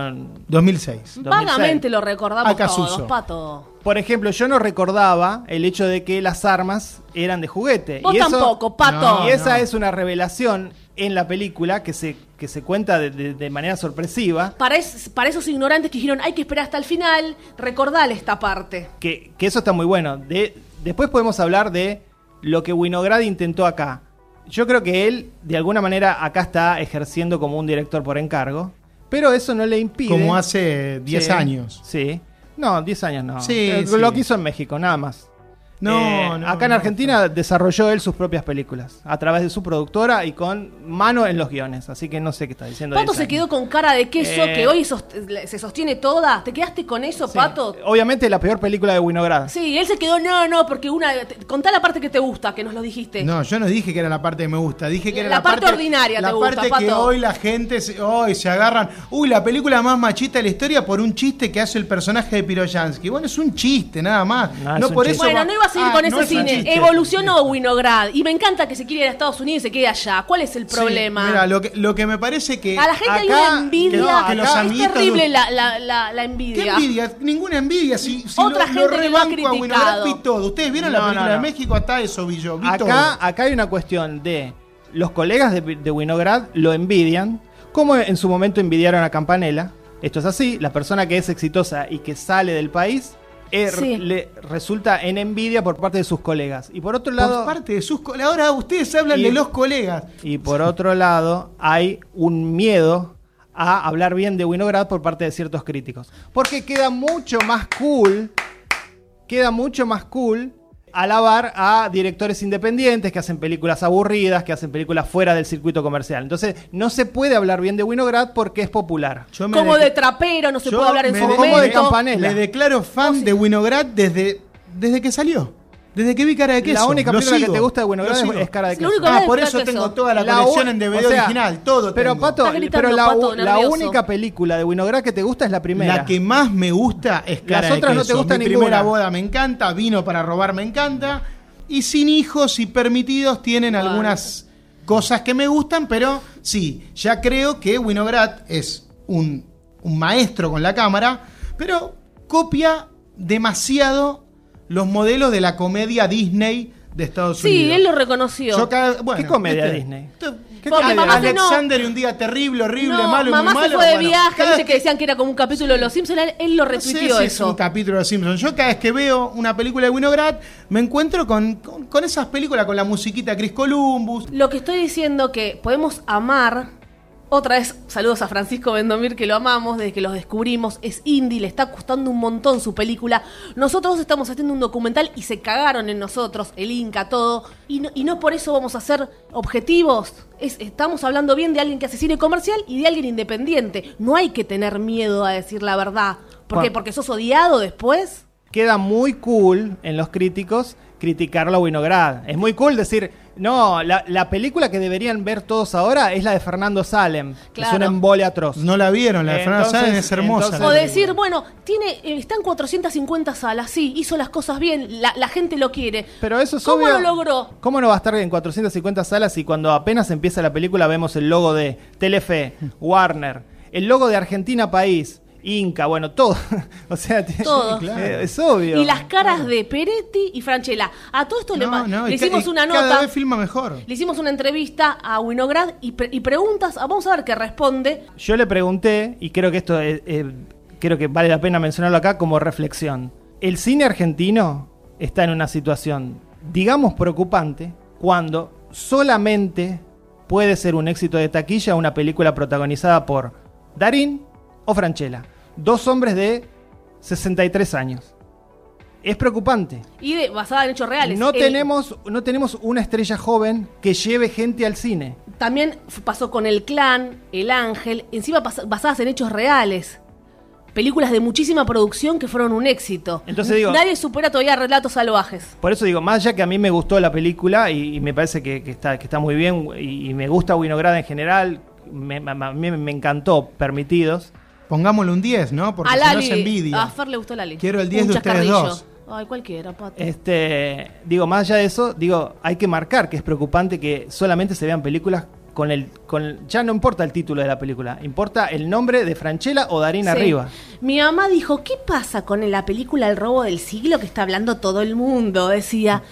[SPEAKER 4] 2006.
[SPEAKER 2] 2006.
[SPEAKER 1] Vagamente lo recordamos
[SPEAKER 4] Acá
[SPEAKER 1] todos,
[SPEAKER 4] Suso.
[SPEAKER 1] Pato.
[SPEAKER 2] Por ejemplo, yo no recordaba el hecho de que las armas eran de juguete.
[SPEAKER 1] Vos
[SPEAKER 2] Y eso-
[SPEAKER 1] tampoco, Pato.
[SPEAKER 2] y esa
[SPEAKER 4] no.
[SPEAKER 2] es una revelación en la película que se, que se cuenta de, de- de manera sorpresiva.
[SPEAKER 1] Para, es- para esos ignorantes que dijeron, hay que esperar hasta el final, recordale esta parte.
[SPEAKER 2] Que, que eso está muy bueno. De, después podemos hablar de lo que Winograd intentó acá. Yo creo que él, de alguna manera, acá está ejerciendo como un director por encargo. Pero eso no le impide.
[SPEAKER 4] Como hace 10
[SPEAKER 2] Sí,
[SPEAKER 4] años.
[SPEAKER 2] Sí. No, 10 años no.
[SPEAKER 4] Sí,
[SPEAKER 2] Eh,
[SPEAKER 4] sí.
[SPEAKER 2] Lo que hizo en México, nada más.
[SPEAKER 4] No,
[SPEAKER 2] Eh,
[SPEAKER 4] no,
[SPEAKER 2] Acá en
[SPEAKER 4] no.
[SPEAKER 2] Argentina desarrolló él sus propias películas a través de su productora y con mano en los guiones. Así que no sé qué está diciendo.
[SPEAKER 1] Pato
[SPEAKER 2] de
[SPEAKER 1] se
[SPEAKER 2] esa.
[SPEAKER 1] quedó con cara de queso
[SPEAKER 2] Eh.
[SPEAKER 1] que hoy sost- se sostiene toda. ¿Te quedaste con eso,
[SPEAKER 2] Sí.
[SPEAKER 1] Pato?
[SPEAKER 2] Obviamente la peor película de Winograd.
[SPEAKER 1] Sí, él se quedó, no, no, porque una. te- contá la parte que te gusta, que nos lo dijiste.
[SPEAKER 4] No, yo no dije que era la parte que me gusta, dije que era
[SPEAKER 1] La
[SPEAKER 4] la,
[SPEAKER 1] parte ordinaria
[SPEAKER 4] la
[SPEAKER 1] te gusta,
[SPEAKER 4] parte que
[SPEAKER 1] Pato.
[SPEAKER 4] hoy la gente se, hoy se agarran, uy, la película más machista de la historia por un chiste que hace el personaje de Piroyansky. Bueno, es un chiste nada más.
[SPEAKER 2] No,
[SPEAKER 4] No,
[SPEAKER 2] Ah, es un
[SPEAKER 4] por
[SPEAKER 2] chiste.
[SPEAKER 4] eso
[SPEAKER 1] Bueno,
[SPEAKER 4] va-
[SPEAKER 1] no iba va a seguir
[SPEAKER 4] Ah,
[SPEAKER 1] con
[SPEAKER 4] no
[SPEAKER 1] ese
[SPEAKER 4] es un
[SPEAKER 1] cine.
[SPEAKER 4] chiste.
[SPEAKER 1] Evolucionó Winograd. Y me encanta que se quiera ir a Estados Unidos y se quede allá. ¿Cuál es el
[SPEAKER 4] Sí,
[SPEAKER 1] problema?
[SPEAKER 4] mira, lo que, lo que me parece que.
[SPEAKER 1] a la gente hay
[SPEAKER 4] acá-
[SPEAKER 1] una envidia.
[SPEAKER 4] que no, que los
[SPEAKER 1] es
[SPEAKER 4] amiguitos-
[SPEAKER 1] terrible la, la, la, la
[SPEAKER 4] ¿Qué
[SPEAKER 1] envidia.
[SPEAKER 4] envidia? Ninguna envidia. Si, si
[SPEAKER 1] Otra gente que lo ha
[SPEAKER 4] rebanco a Winograd,
[SPEAKER 1] criticado.
[SPEAKER 4] vi todo. Ustedes vieron la
[SPEAKER 2] No,
[SPEAKER 4] película
[SPEAKER 2] no, no.
[SPEAKER 4] de México, hasta eso vi yo. Vi
[SPEAKER 2] Acá,
[SPEAKER 4] todo.
[SPEAKER 2] acá hay una cuestión de los colegas de, de Winograd lo envidian, como en su momento envidiaron a Campanella. Esto es así, la persona que es exitosa y que sale del país eh,
[SPEAKER 1] Sí.
[SPEAKER 2] le resulta en envidia por parte de sus colegas. Y por otro lado,
[SPEAKER 4] Por parte de sus colegas. Ahora ustedes hablan
[SPEAKER 2] Y-
[SPEAKER 4] de los colegas.
[SPEAKER 2] y por otro lado, hay un miedo a hablar bien de Winograd por parte de ciertos críticos, porque queda mucho más cool, queda mucho más cool alabar a directores independientes que hacen películas aburridas, que hacen películas fuera del circuito comercial. Entonces, no se puede hablar bien de Winograd porque es popular.
[SPEAKER 4] Yo me
[SPEAKER 1] Como
[SPEAKER 4] de-
[SPEAKER 1] de trapero, no se
[SPEAKER 4] yo
[SPEAKER 1] puede hablar en
[SPEAKER 4] me
[SPEAKER 1] su
[SPEAKER 4] de-
[SPEAKER 2] Como de
[SPEAKER 1] momento.
[SPEAKER 2] campana. Campanella.
[SPEAKER 4] Le declaro fan de Winograd desde, desde que salió. Desde que vi cara de queso.
[SPEAKER 2] La única
[SPEAKER 4] Lo
[SPEAKER 2] película que
[SPEAKER 4] sigo.
[SPEAKER 2] te gusta de
[SPEAKER 4] Lo
[SPEAKER 2] Winograd es,
[SPEAKER 4] sigo.
[SPEAKER 2] es Cara de
[SPEAKER 1] Es lo
[SPEAKER 2] Queso.
[SPEAKER 1] único
[SPEAKER 4] Ah,
[SPEAKER 1] que
[SPEAKER 4] por
[SPEAKER 1] me
[SPEAKER 4] eso
[SPEAKER 1] gusta
[SPEAKER 4] tengo
[SPEAKER 1] eso.
[SPEAKER 4] toda la,
[SPEAKER 2] u-
[SPEAKER 4] colección en DVD
[SPEAKER 2] o sea,
[SPEAKER 4] original, todo
[SPEAKER 2] Pero
[SPEAKER 4] tengo.
[SPEAKER 2] Pato,
[SPEAKER 1] Está gritando,
[SPEAKER 2] pero la, u-
[SPEAKER 1] Pato,
[SPEAKER 2] la
[SPEAKER 1] nervioso.
[SPEAKER 2] única película de Winograd que te gusta es la primera.
[SPEAKER 4] la que más me gusta es cara
[SPEAKER 2] Las otras
[SPEAKER 4] de
[SPEAKER 2] no
[SPEAKER 4] queso.
[SPEAKER 2] te gustan
[SPEAKER 4] Mi
[SPEAKER 2] ninguna.
[SPEAKER 4] primera boda me encanta, vino para robar me encanta y sin hijos y permitidos tienen
[SPEAKER 1] Bueno.
[SPEAKER 4] algunas cosas que me gustan, pero sí, ya creo que Winograd es un, un maestro con la cámara, pero copia demasiado los modelos de la comedia Disney de Estados
[SPEAKER 1] Sí,
[SPEAKER 4] Unidos.
[SPEAKER 1] él lo reconoció.
[SPEAKER 4] Yo cada- bueno,
[SPEAKER 2] ¿Qué comedia
[SPEAKER 4] ¿viste?
[SPEAKER 2] Disney?
[SPEAKER 4] Esto- ¿Qué
[SPEAKER 1] Porque
[SPEAKER 4] comedia?
[SPEAKER 1] mamá se no-
[SPEAKER 4] Alexander y un día terrible, horrible,
[SPEAKER 1] No,
[SPEAKER 4] malo, y
[SPEAKER 1] mamá
[SPEAKER 4] muy
[SPEAKER 1] se
[SPEAKER 4] malo.
[SPEAKER 1] fue de
[SPEAKER 4] bueno,
[SPEAKER 1] viaje,
[SPEAKER 4] cada
[SPEAKER 1] dice
[SPEAKER 4] vez
[SPEAKER 1] que decían que era como un capítulo de Los Simpsons, él, él lo
[SPEAKER 4] no sé
[SPEAKER 1] retuiteó
[SPEAKER 4] si es
[SPEAKER 1] eso.
[SPEAKER 4] un capítulo de Simpsons. Yo cada vez que veo una película de Winograd me encuentro con, con, con esas películas, con la musiquita de Chris Columbus.
[SPEAKER 1] Lo que estoy diciendo que podemos amar, otra vez saludos a Francisco Bendomir que lo amamos desde que los descubrimos, es indie, le está costando un montón su película. Nosotros estamos haciendo un documental y se cagaron en nosotros, el Inca, todo, y no, y no por eso vamos a ser objetivos. Es- estamos hablando bien de alguien que hace cine comercial y de alguien independiente. No hay que tener miedo a decir la verdad. ¿Por qué?
[SPEAKER 2] Bueno.
[SPEAKER 1] Porque sos odiado después.
[SPEAKER 2] queda muy cool en los críticos criticarlo a Winograd. Es muy cool decir, no, la, la película que deberían ver todos ahora es la de Fernando Salem, que es un
[SPEAKER 1] Claro.
[SPEAKER 2] embole atroz.
[SPEAKER 4] No la vieron, la de Fernanda
[SPEAKER 2] Entonces-
[SPEAKER 4] Sáenz es hermosa.
[SPEAKER 2] entonces-
[SPEAKER 4] la
[SPEAKER 1] O
[SPEAKER 4] película.
[SPEAKER 1] decir, bueno, tiene, eh, está en 450 salas, sí, hizo las cosas bien, la, la gente lo quiere.
[SPEAKER 2] Pero eso es
[SPEAKER 1] ¿Cómo lo
[SPEAKER 2] obvio.
[SPEAKER 1] logró?
[SPEAKER 2] ¿Cómo no va a estar en 450 salas y cuando apenas empieza la película vemos el logo de Telefe, Warner, el logo de Argentina País, Inca, bueno, todo. *laughs* o sea, tiene- *laughs*
[SPEAKER 1] Todo.
[SPEAKER 2] Sí, claro. Eh, es obvio.
[SPEAKER 1] Y las caras de Peretti y Franchella. A todo esto le, ma-
[SPEAKER 4] No, no,
[SPEAKER 1] le
[SPEAKER 4] y ca-
[SPEAKER 1] hicimos
[SPEAKER 4] y
[SPEAKER 1] una
[SPEAKER 4] Cada
[SPEAKER 1] nota,
[SPEAKER 4] vez filma mejor.
[SPEAKER 1] le hicimos una entrevista a Winograd y, pre- y preguntas, ah, vamos a ver qué responde.
[SPEAKER 2] Yo le pregunté, y creo que esto es- eh, creo que vale la pena mencionarlo acá como reflexión. El cine argentino está en una situación, digamos, preocupante cuando solamente puede ser un éxito de taquilla una película protagonizada por Darín o Franchella, dos hombres de 63 años. Es preocupante.
[SPEAKER 1] Y de- basada en hechos reales. Eh,
[SPEAKER 2] No
[SPEAKER 1] El-
[SPEAKER 2] tenemos, no tenemos una estrella joven que lleve gente al cine.
[SPEAKER 1] También f- pasó con El Clan, El Ángel, encima pas- basadas en hechos reales. Películas de muchísima producción que fueron un éxito.
[SPEAKER 2] Entonces digo-
[SPEAKER 1] Nadie supera todavía Relatos Salvajes.
[SPEAKER 2] Por eso digo, más allá que a mí me gustó la película y, y me parece que, que está, que está muy bien y, y me gusta Winograd en general, me, me- a mí me encantó Permitidos.
[SPEAKER 4] Pongámosle un 10, ¿no? Porque
[SPEAKER 1] a
[SPEAKER 4] si no
[SPEAKER 1] Lali.
[SPEAKER 4] es envidia.
[SPEAKER 1] A Fer le gustó Lali.
[SPEAKER 4] Quiero el 10
[SPEAKER 1] Un
[SPEAKER 4] de ustedes
[SPEAKER 1] chascarrillo.
[SPEAKER 4] dos.
[SPEAKER 1] Ay, cualquiera, pato.
[SPEAKER 2] Este, digo, más allá de eso, digo, hay que marcar que es preocupante que solamente se vean películas con el, con ya no importa el título de la película, importa el nombre de Franchella o Darín
[SPEAKER 1] Sí.
[SPEAKER 2] arriba.
[SPEAKER 1] Mi mamá dijo, ¿qué pasa con la película El robo del siglo que está hablando todo el mundo? Decía.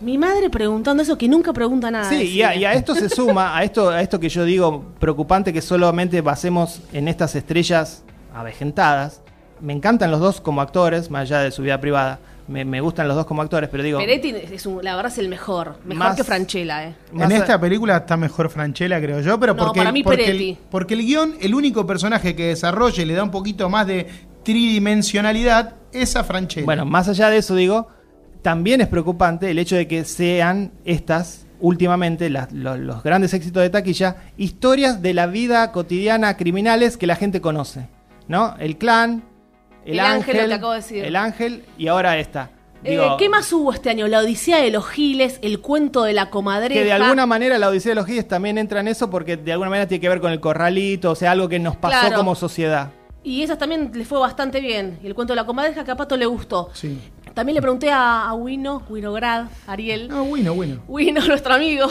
[SPEAKER 1] Mi madre preguntando eso que nunca pregunta nada.
[SPEAKER 2] Sí, y a, y a esto se suma, a esto, a esto que yo digo, preocupante que solamente basemos en estas estrellas avejentadas. Me encantan los dos como actores, más allá de su vida privada. Me, me gustan los dos como actores, pero digo.
[SPEAKER 1] Peretti es un- la verdad es el mejor. Mejor
[SPEAKER 2] Más-
[SPEAKER 1] que Franchella, eh.
[SPEAKER 2] más
[SPEAKER 4] en
[SPEAKER 2] a-
[SPEAKER 4] esta película está mejor Franchella, creo yo, pero
[SPEAKER 1] No,
[SPEAKER 4] porque,
[SPEAKER 1] para mí
[SPEAKER 4] porque,
[SPEAKER 1] Peretti.
[SPEAKER 4] el, porque el guión, el único personaje que desarrolla y le da un poquito más de tridimensionalidad es a Franchella.
[SPEAKER 2] Bueno, más allá de eso, digo, también es preocupante el hecho de que sean estas, últimamente, las- lo- los, grandes éxitos de taquilla, historias de la vida cotidiana criminales que la gente conoce. ¿No? El clan, el,
[SPEAKER 1] El ángel,
[SPEAKER 2] ángel,
[SPEAKER 1] lo que acabo de decir.
[SPEAKER 2] el ángel y ahora esta.
[SPEAKER 1] Eh,
[SPEAKER 2] Digo,
[SPEAKER 1] ¿Qué más hubo este año? La Odisea de los Giles, El cuento de la comadreja.
[SPEAKER 2] Que de alguna manera la Odisea de los Giles también entra en eso porque de alguna manera tiene que ver con el corralito, o sea, algo que nos pasó
[SPEAKER 1] Claro.
[SPEAKER 2] como sociedad.
[SPEAKER 1] Y esas también le fue bastante bien. Y el cuento de la comadreja que a Pato le gustó.
[SPEAKER 4] sí.
[SPEAKER 1] También le pregunté a, a Wino, Winograd, Ariel.
[SPEAKER 4] No, bueno, bueno.
[SPEAKER 1] Wino, *laughs* nuestro amigo.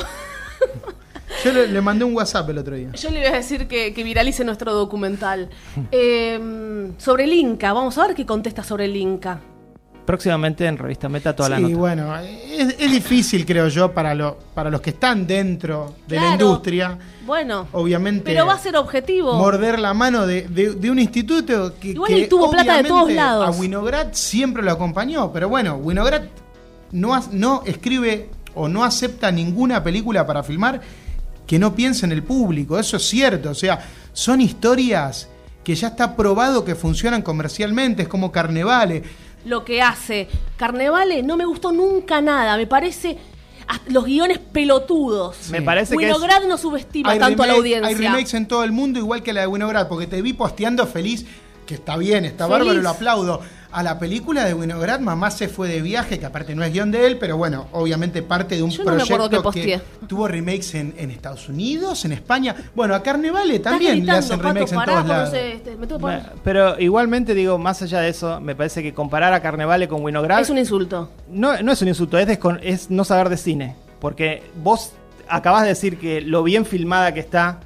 [SPEAKER 4] Yo le, le mandé un WhatsApp el otro día.
[SPEAKER 1] Yo le voy a decir que, que viralice nuestro
[SPEAKER 4] *laughs*
[SPEAKER 1] documental. Eh, sobre el Inca, vamos a ver qué contesta sobre el Inca.
[SPEAKER 2] Próximamente en Revista Meta toda la
[SPEAKER 4] Sí,
[SPEAKER 2] nota.
[SPEAKER 4] bueno, es, es difícil, creo yo, para, lo- para los que están dentro de la
[SPEAKER 1] Claro.
[SPEAKER 4] industria.
[SPEAKER 1] Bueno,
[SPEAKER 4] Obviamente.
[SPEAKER 1] pero va a ser objetivo.
[SPEAKER 4] Morder la mano de, de- de un instituto que.
[SPEAKER 1] Igual
[SPEAKER 4] que
[SPEAKER 1] y tuvo plata de
[SPEAKER 4] obviamente
[SPEAKER 1] todos lados.
[SPEAKER 4] A Winograd siempre lo acompañó, pero bueno, Winograd no, ha- no escribe o no acepta ninguna película para filmar que no piense en el público. Eso es cierto. O sea, son historias que ya está probado que funcionan comercialmente. Es como carnevales.
[SPEAKER 1] lo que hace. Carnevale no me gustó nunca nada. Me parece hasta los guiones pelotudos.
[SPEAKER 2] Me parece que es-
[SPEAKER 1] Winograd no subestima tanto a la
[SPEAKER 4] remake- hay
[SPEAKER 1] audiencia.
[SPEAKER 4] remakes en todo el mundo, igual que la de Winograd, porque te vi posteando feliz, que está bien, está
[SPEAKER 1] Feliz.
[SPEAKER 4] bárbaro, lo aplaudo. A la película de Winograd, mamá se fue de viaje, que aparte no es guión de él, pero bueno, obviamente parte de un
[SPEAKER 1] Yo no me
[SPEAKER 4] proyecto
[SPEAKER 1] acuerdo que
[SPEAKER 4] que
[SPEAKER 1] posteé.
[SPEAKER 4] tuvo remakes en, en Estados Unidos, en España. Bueno, a Carnevale
[SPEAKER 1] Estás
[SPEAKER 4] también le
[SPEAKER 1] gritando,
[SPEAKER 4] hacen
[SPEAKER 1] Pato,
[SPEAKER 4] remakes
[SPEAKER 1] pará,
[SPEAKER 4] en todos
[SPEAKER 1] cuando
[SPEAKER 4] lados.
[SPEAKER 1] se- este, me tengo que
[SPEAKER 2] Me-
[SPEAKER 1] poner-
[SPEAKER 2] Pero igualmente digo, más allá de eso, me parece que comparar a Carnevale con Winograd
[SPEAKER 1] Es un insulto.
[SPEAKER 2] no, no es un insulto, es, descon- es no saber de cine. Porque vos acabás de decir que lo bien filmada que está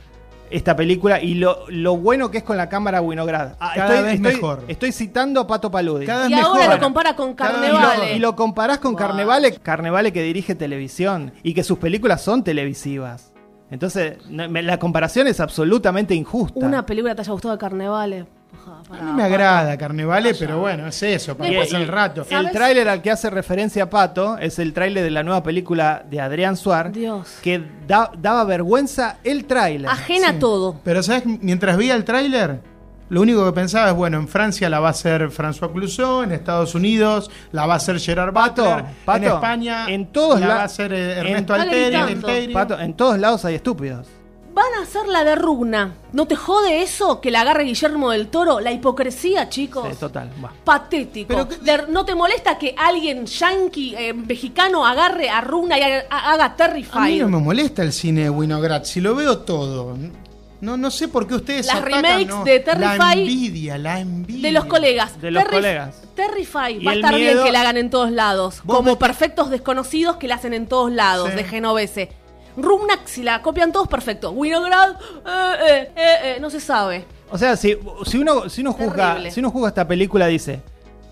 [SPEAKER 2] esta película y lo, lo bueno que es con la cámara Winograd. Ah,
[SPEAKER 4] Cada vez mejor.
[SPEAKER 2] Estoy citando a Pato Paludi.
[SPEAKER 4] Cada
[SPEAKER 1] Y
[SPEAKER 4] vez
[SPEAKER 1] ahora
[SPEAKER 4] mejor.
[SPEAKER 1] lo compara con
[SPEAKER 4] Cada vez
[SPEAKER 2] y,
[SPEAKER 1] Carnevale.
[SPEAKER 2] lo, y lo comparás con
[SPEAKER 1] Guau.
[SPEAKER 2] Carnevale, Carnevale que dirige televisión y que sus películas son televisivas. Entonces, no- me- la comparación es absolutamente injusta.
[SPEAKER 1] Una película que te haya gustado de Carnevale. Oja,
[SPEAKER 4] A
[SPEAKER 1] pará,
[SPEAKER 4] mí me agrada Carnevale, pero bueno, es eso, para
[SPEAKER 2] Y-
[SPEAKER 4] pasar
[SPEAKER 2] y-
[SPEAKER 4] el rato.
[SPEAKER 1] ¿sabes?
[SPEAKER 2] El tráiler al que hace referencia Pato es el tráiler de la nueva película de Adrián Suar,
[SPEAKER 1] Dios.
[SPEAKER 2] que da- daba vergüenza el tráiler.
[SPEAKER 1] Ajena a todo.
[SPEAKER 4] Pero, ¿sabes? Mientras veía el tráiler, lo único que pensaba es, bueno, en Francia la va a hacer François Clouseau, en Estados Unidos la va a hacer Gerard
[SPEAKER 2] Pato,
[SPEAKER 4] Butler, en
[SPEAKER 2] Pato,
[SPEAKER 4] España
[SPEAKER 2] en todos
[SPEAKER 4] la
[SPEAKER 2] la-
[SPEAKER 4] va a hacer eh,
[SPEAKER 2] en-
[SPEAKER 4] Ernesto
[SPEAKER 1] Está
[SPEAKER 4] Alteri,
[SPEAKER 1] gritando.
[SPEAKER 4] Elterio.
[SPEAKER 2] Pato, en todos lados hay estúpidos.
[SPEAKER 1] Van a hacer la de Rugna. ¿No te jode eso que la agarre Guillermo del Toro? La hipocresía, chicos.
[SPEAKER 2] Sí, total. va.
[SPEAKER 1] Patético.
[SPEAKER 4] Pero que-
[SPEAKER 1] De- ¿No te molesta que alguien yanqui, eh, mexicano, agarre a Rugna y haga, haga
[SPEAKER 4] A mí
[SPEAKER 1] Terrify?
[SPEAKER 4] no me molesta el cine de Winograd, si lo veo todo. No, no sé por qué ustedes
[SPEAKER 1] Las
[SPEAKER 4] atacan,
[SPEAKER 1] remakes
[SPEAKER 4] no.
[SPEAKER 1] de Terrify-
[SPEAKER 4] La envidia, la envidia.
[SPEAKER 1] De los colegas.
[SPEAKER 2] De los colegas.
[SPEAKER 1] Terrify.
[SPEAKER 2] Y
[SPEAKER 1] Va a
[SPEAKER 2] el
[SPEAKER 1] estar bien
[SPEAKER 2] miedo-
[SPEAKER 1] que la hagan en todos lados.
[SPEAKER 4] Vos
[SPEAKER 1] Como
[SPEAKER 4] me-
[SPEAKER 1] perfectos desconocidos que la hacen en todos lados,
[SPEAKER 4] Sí.
[SPEAKER 1] de Genovese. Rumnak, si la copian todos, perfecto. Winograd, eh, eh, eh, eh, no se sabe.
[SPEAKER 2] O sea, si, si uno, si, uno juzga,
[SPEAKER 1] Terrible.
[SPEAKER 2] si uno juzga esta película, dice,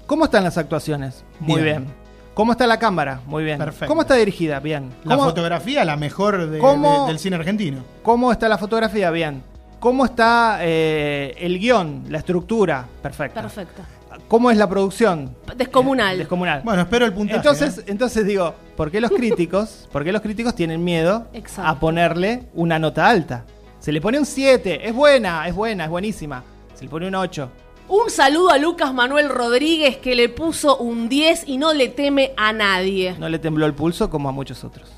[SPEAKER 2] ¿cómo están las actuaciones? Muy
[SPEAKER 4] Bien.
[SPEAKER 2] bien. ¿Cómo está la cámara? Muy bien.
[SPEAKER 4] Perfecto.
[SPEAKER 2] ¿Cómo está dirigida? Bien.
[SPEAKER 4] La
[SPEAKER 2] ¿Cómo-
[SPEAKER 4] fotografía, la mejor de-
[SPEAKER 2] ¿Cómo-
[SPEAKER 4] de- del cine argentino.
[SPEAKER 2] ¿Cómo está la fotografía? Bien. ¿Cómo está eh, el guión, la estructura? Perfecta.
[SPEAKER 1] Perfecta.
[SPEAKER 2] ¿Cómo es la producción?
[SPEAKER 1] Descomunal.
[SPEAKER 2] Eh, Descomunal.
[SPEAKER 4] Bueno, espero el puntaje.
[SPEAKER 2] entonces,
[SPEAKER 4] ¿eh?
[SPEAKER 2] entonces digo, ¿por qué los críticos, *laughs* por qué los críticos tienen miedo
[SPEAKER 1] Exacto.
[SPEAKER 2] a ponerle una nota alta? Se le pone un 7, es buena, es buena, es buenísima. Se le pone un 8.
[SPEAKER 1] Un saludo a Lucas Manuel Rodríguez que le puso un 10 y no le teme a nadie.
[SPEAKER 2] No le tembló el pulso como a muchos otros.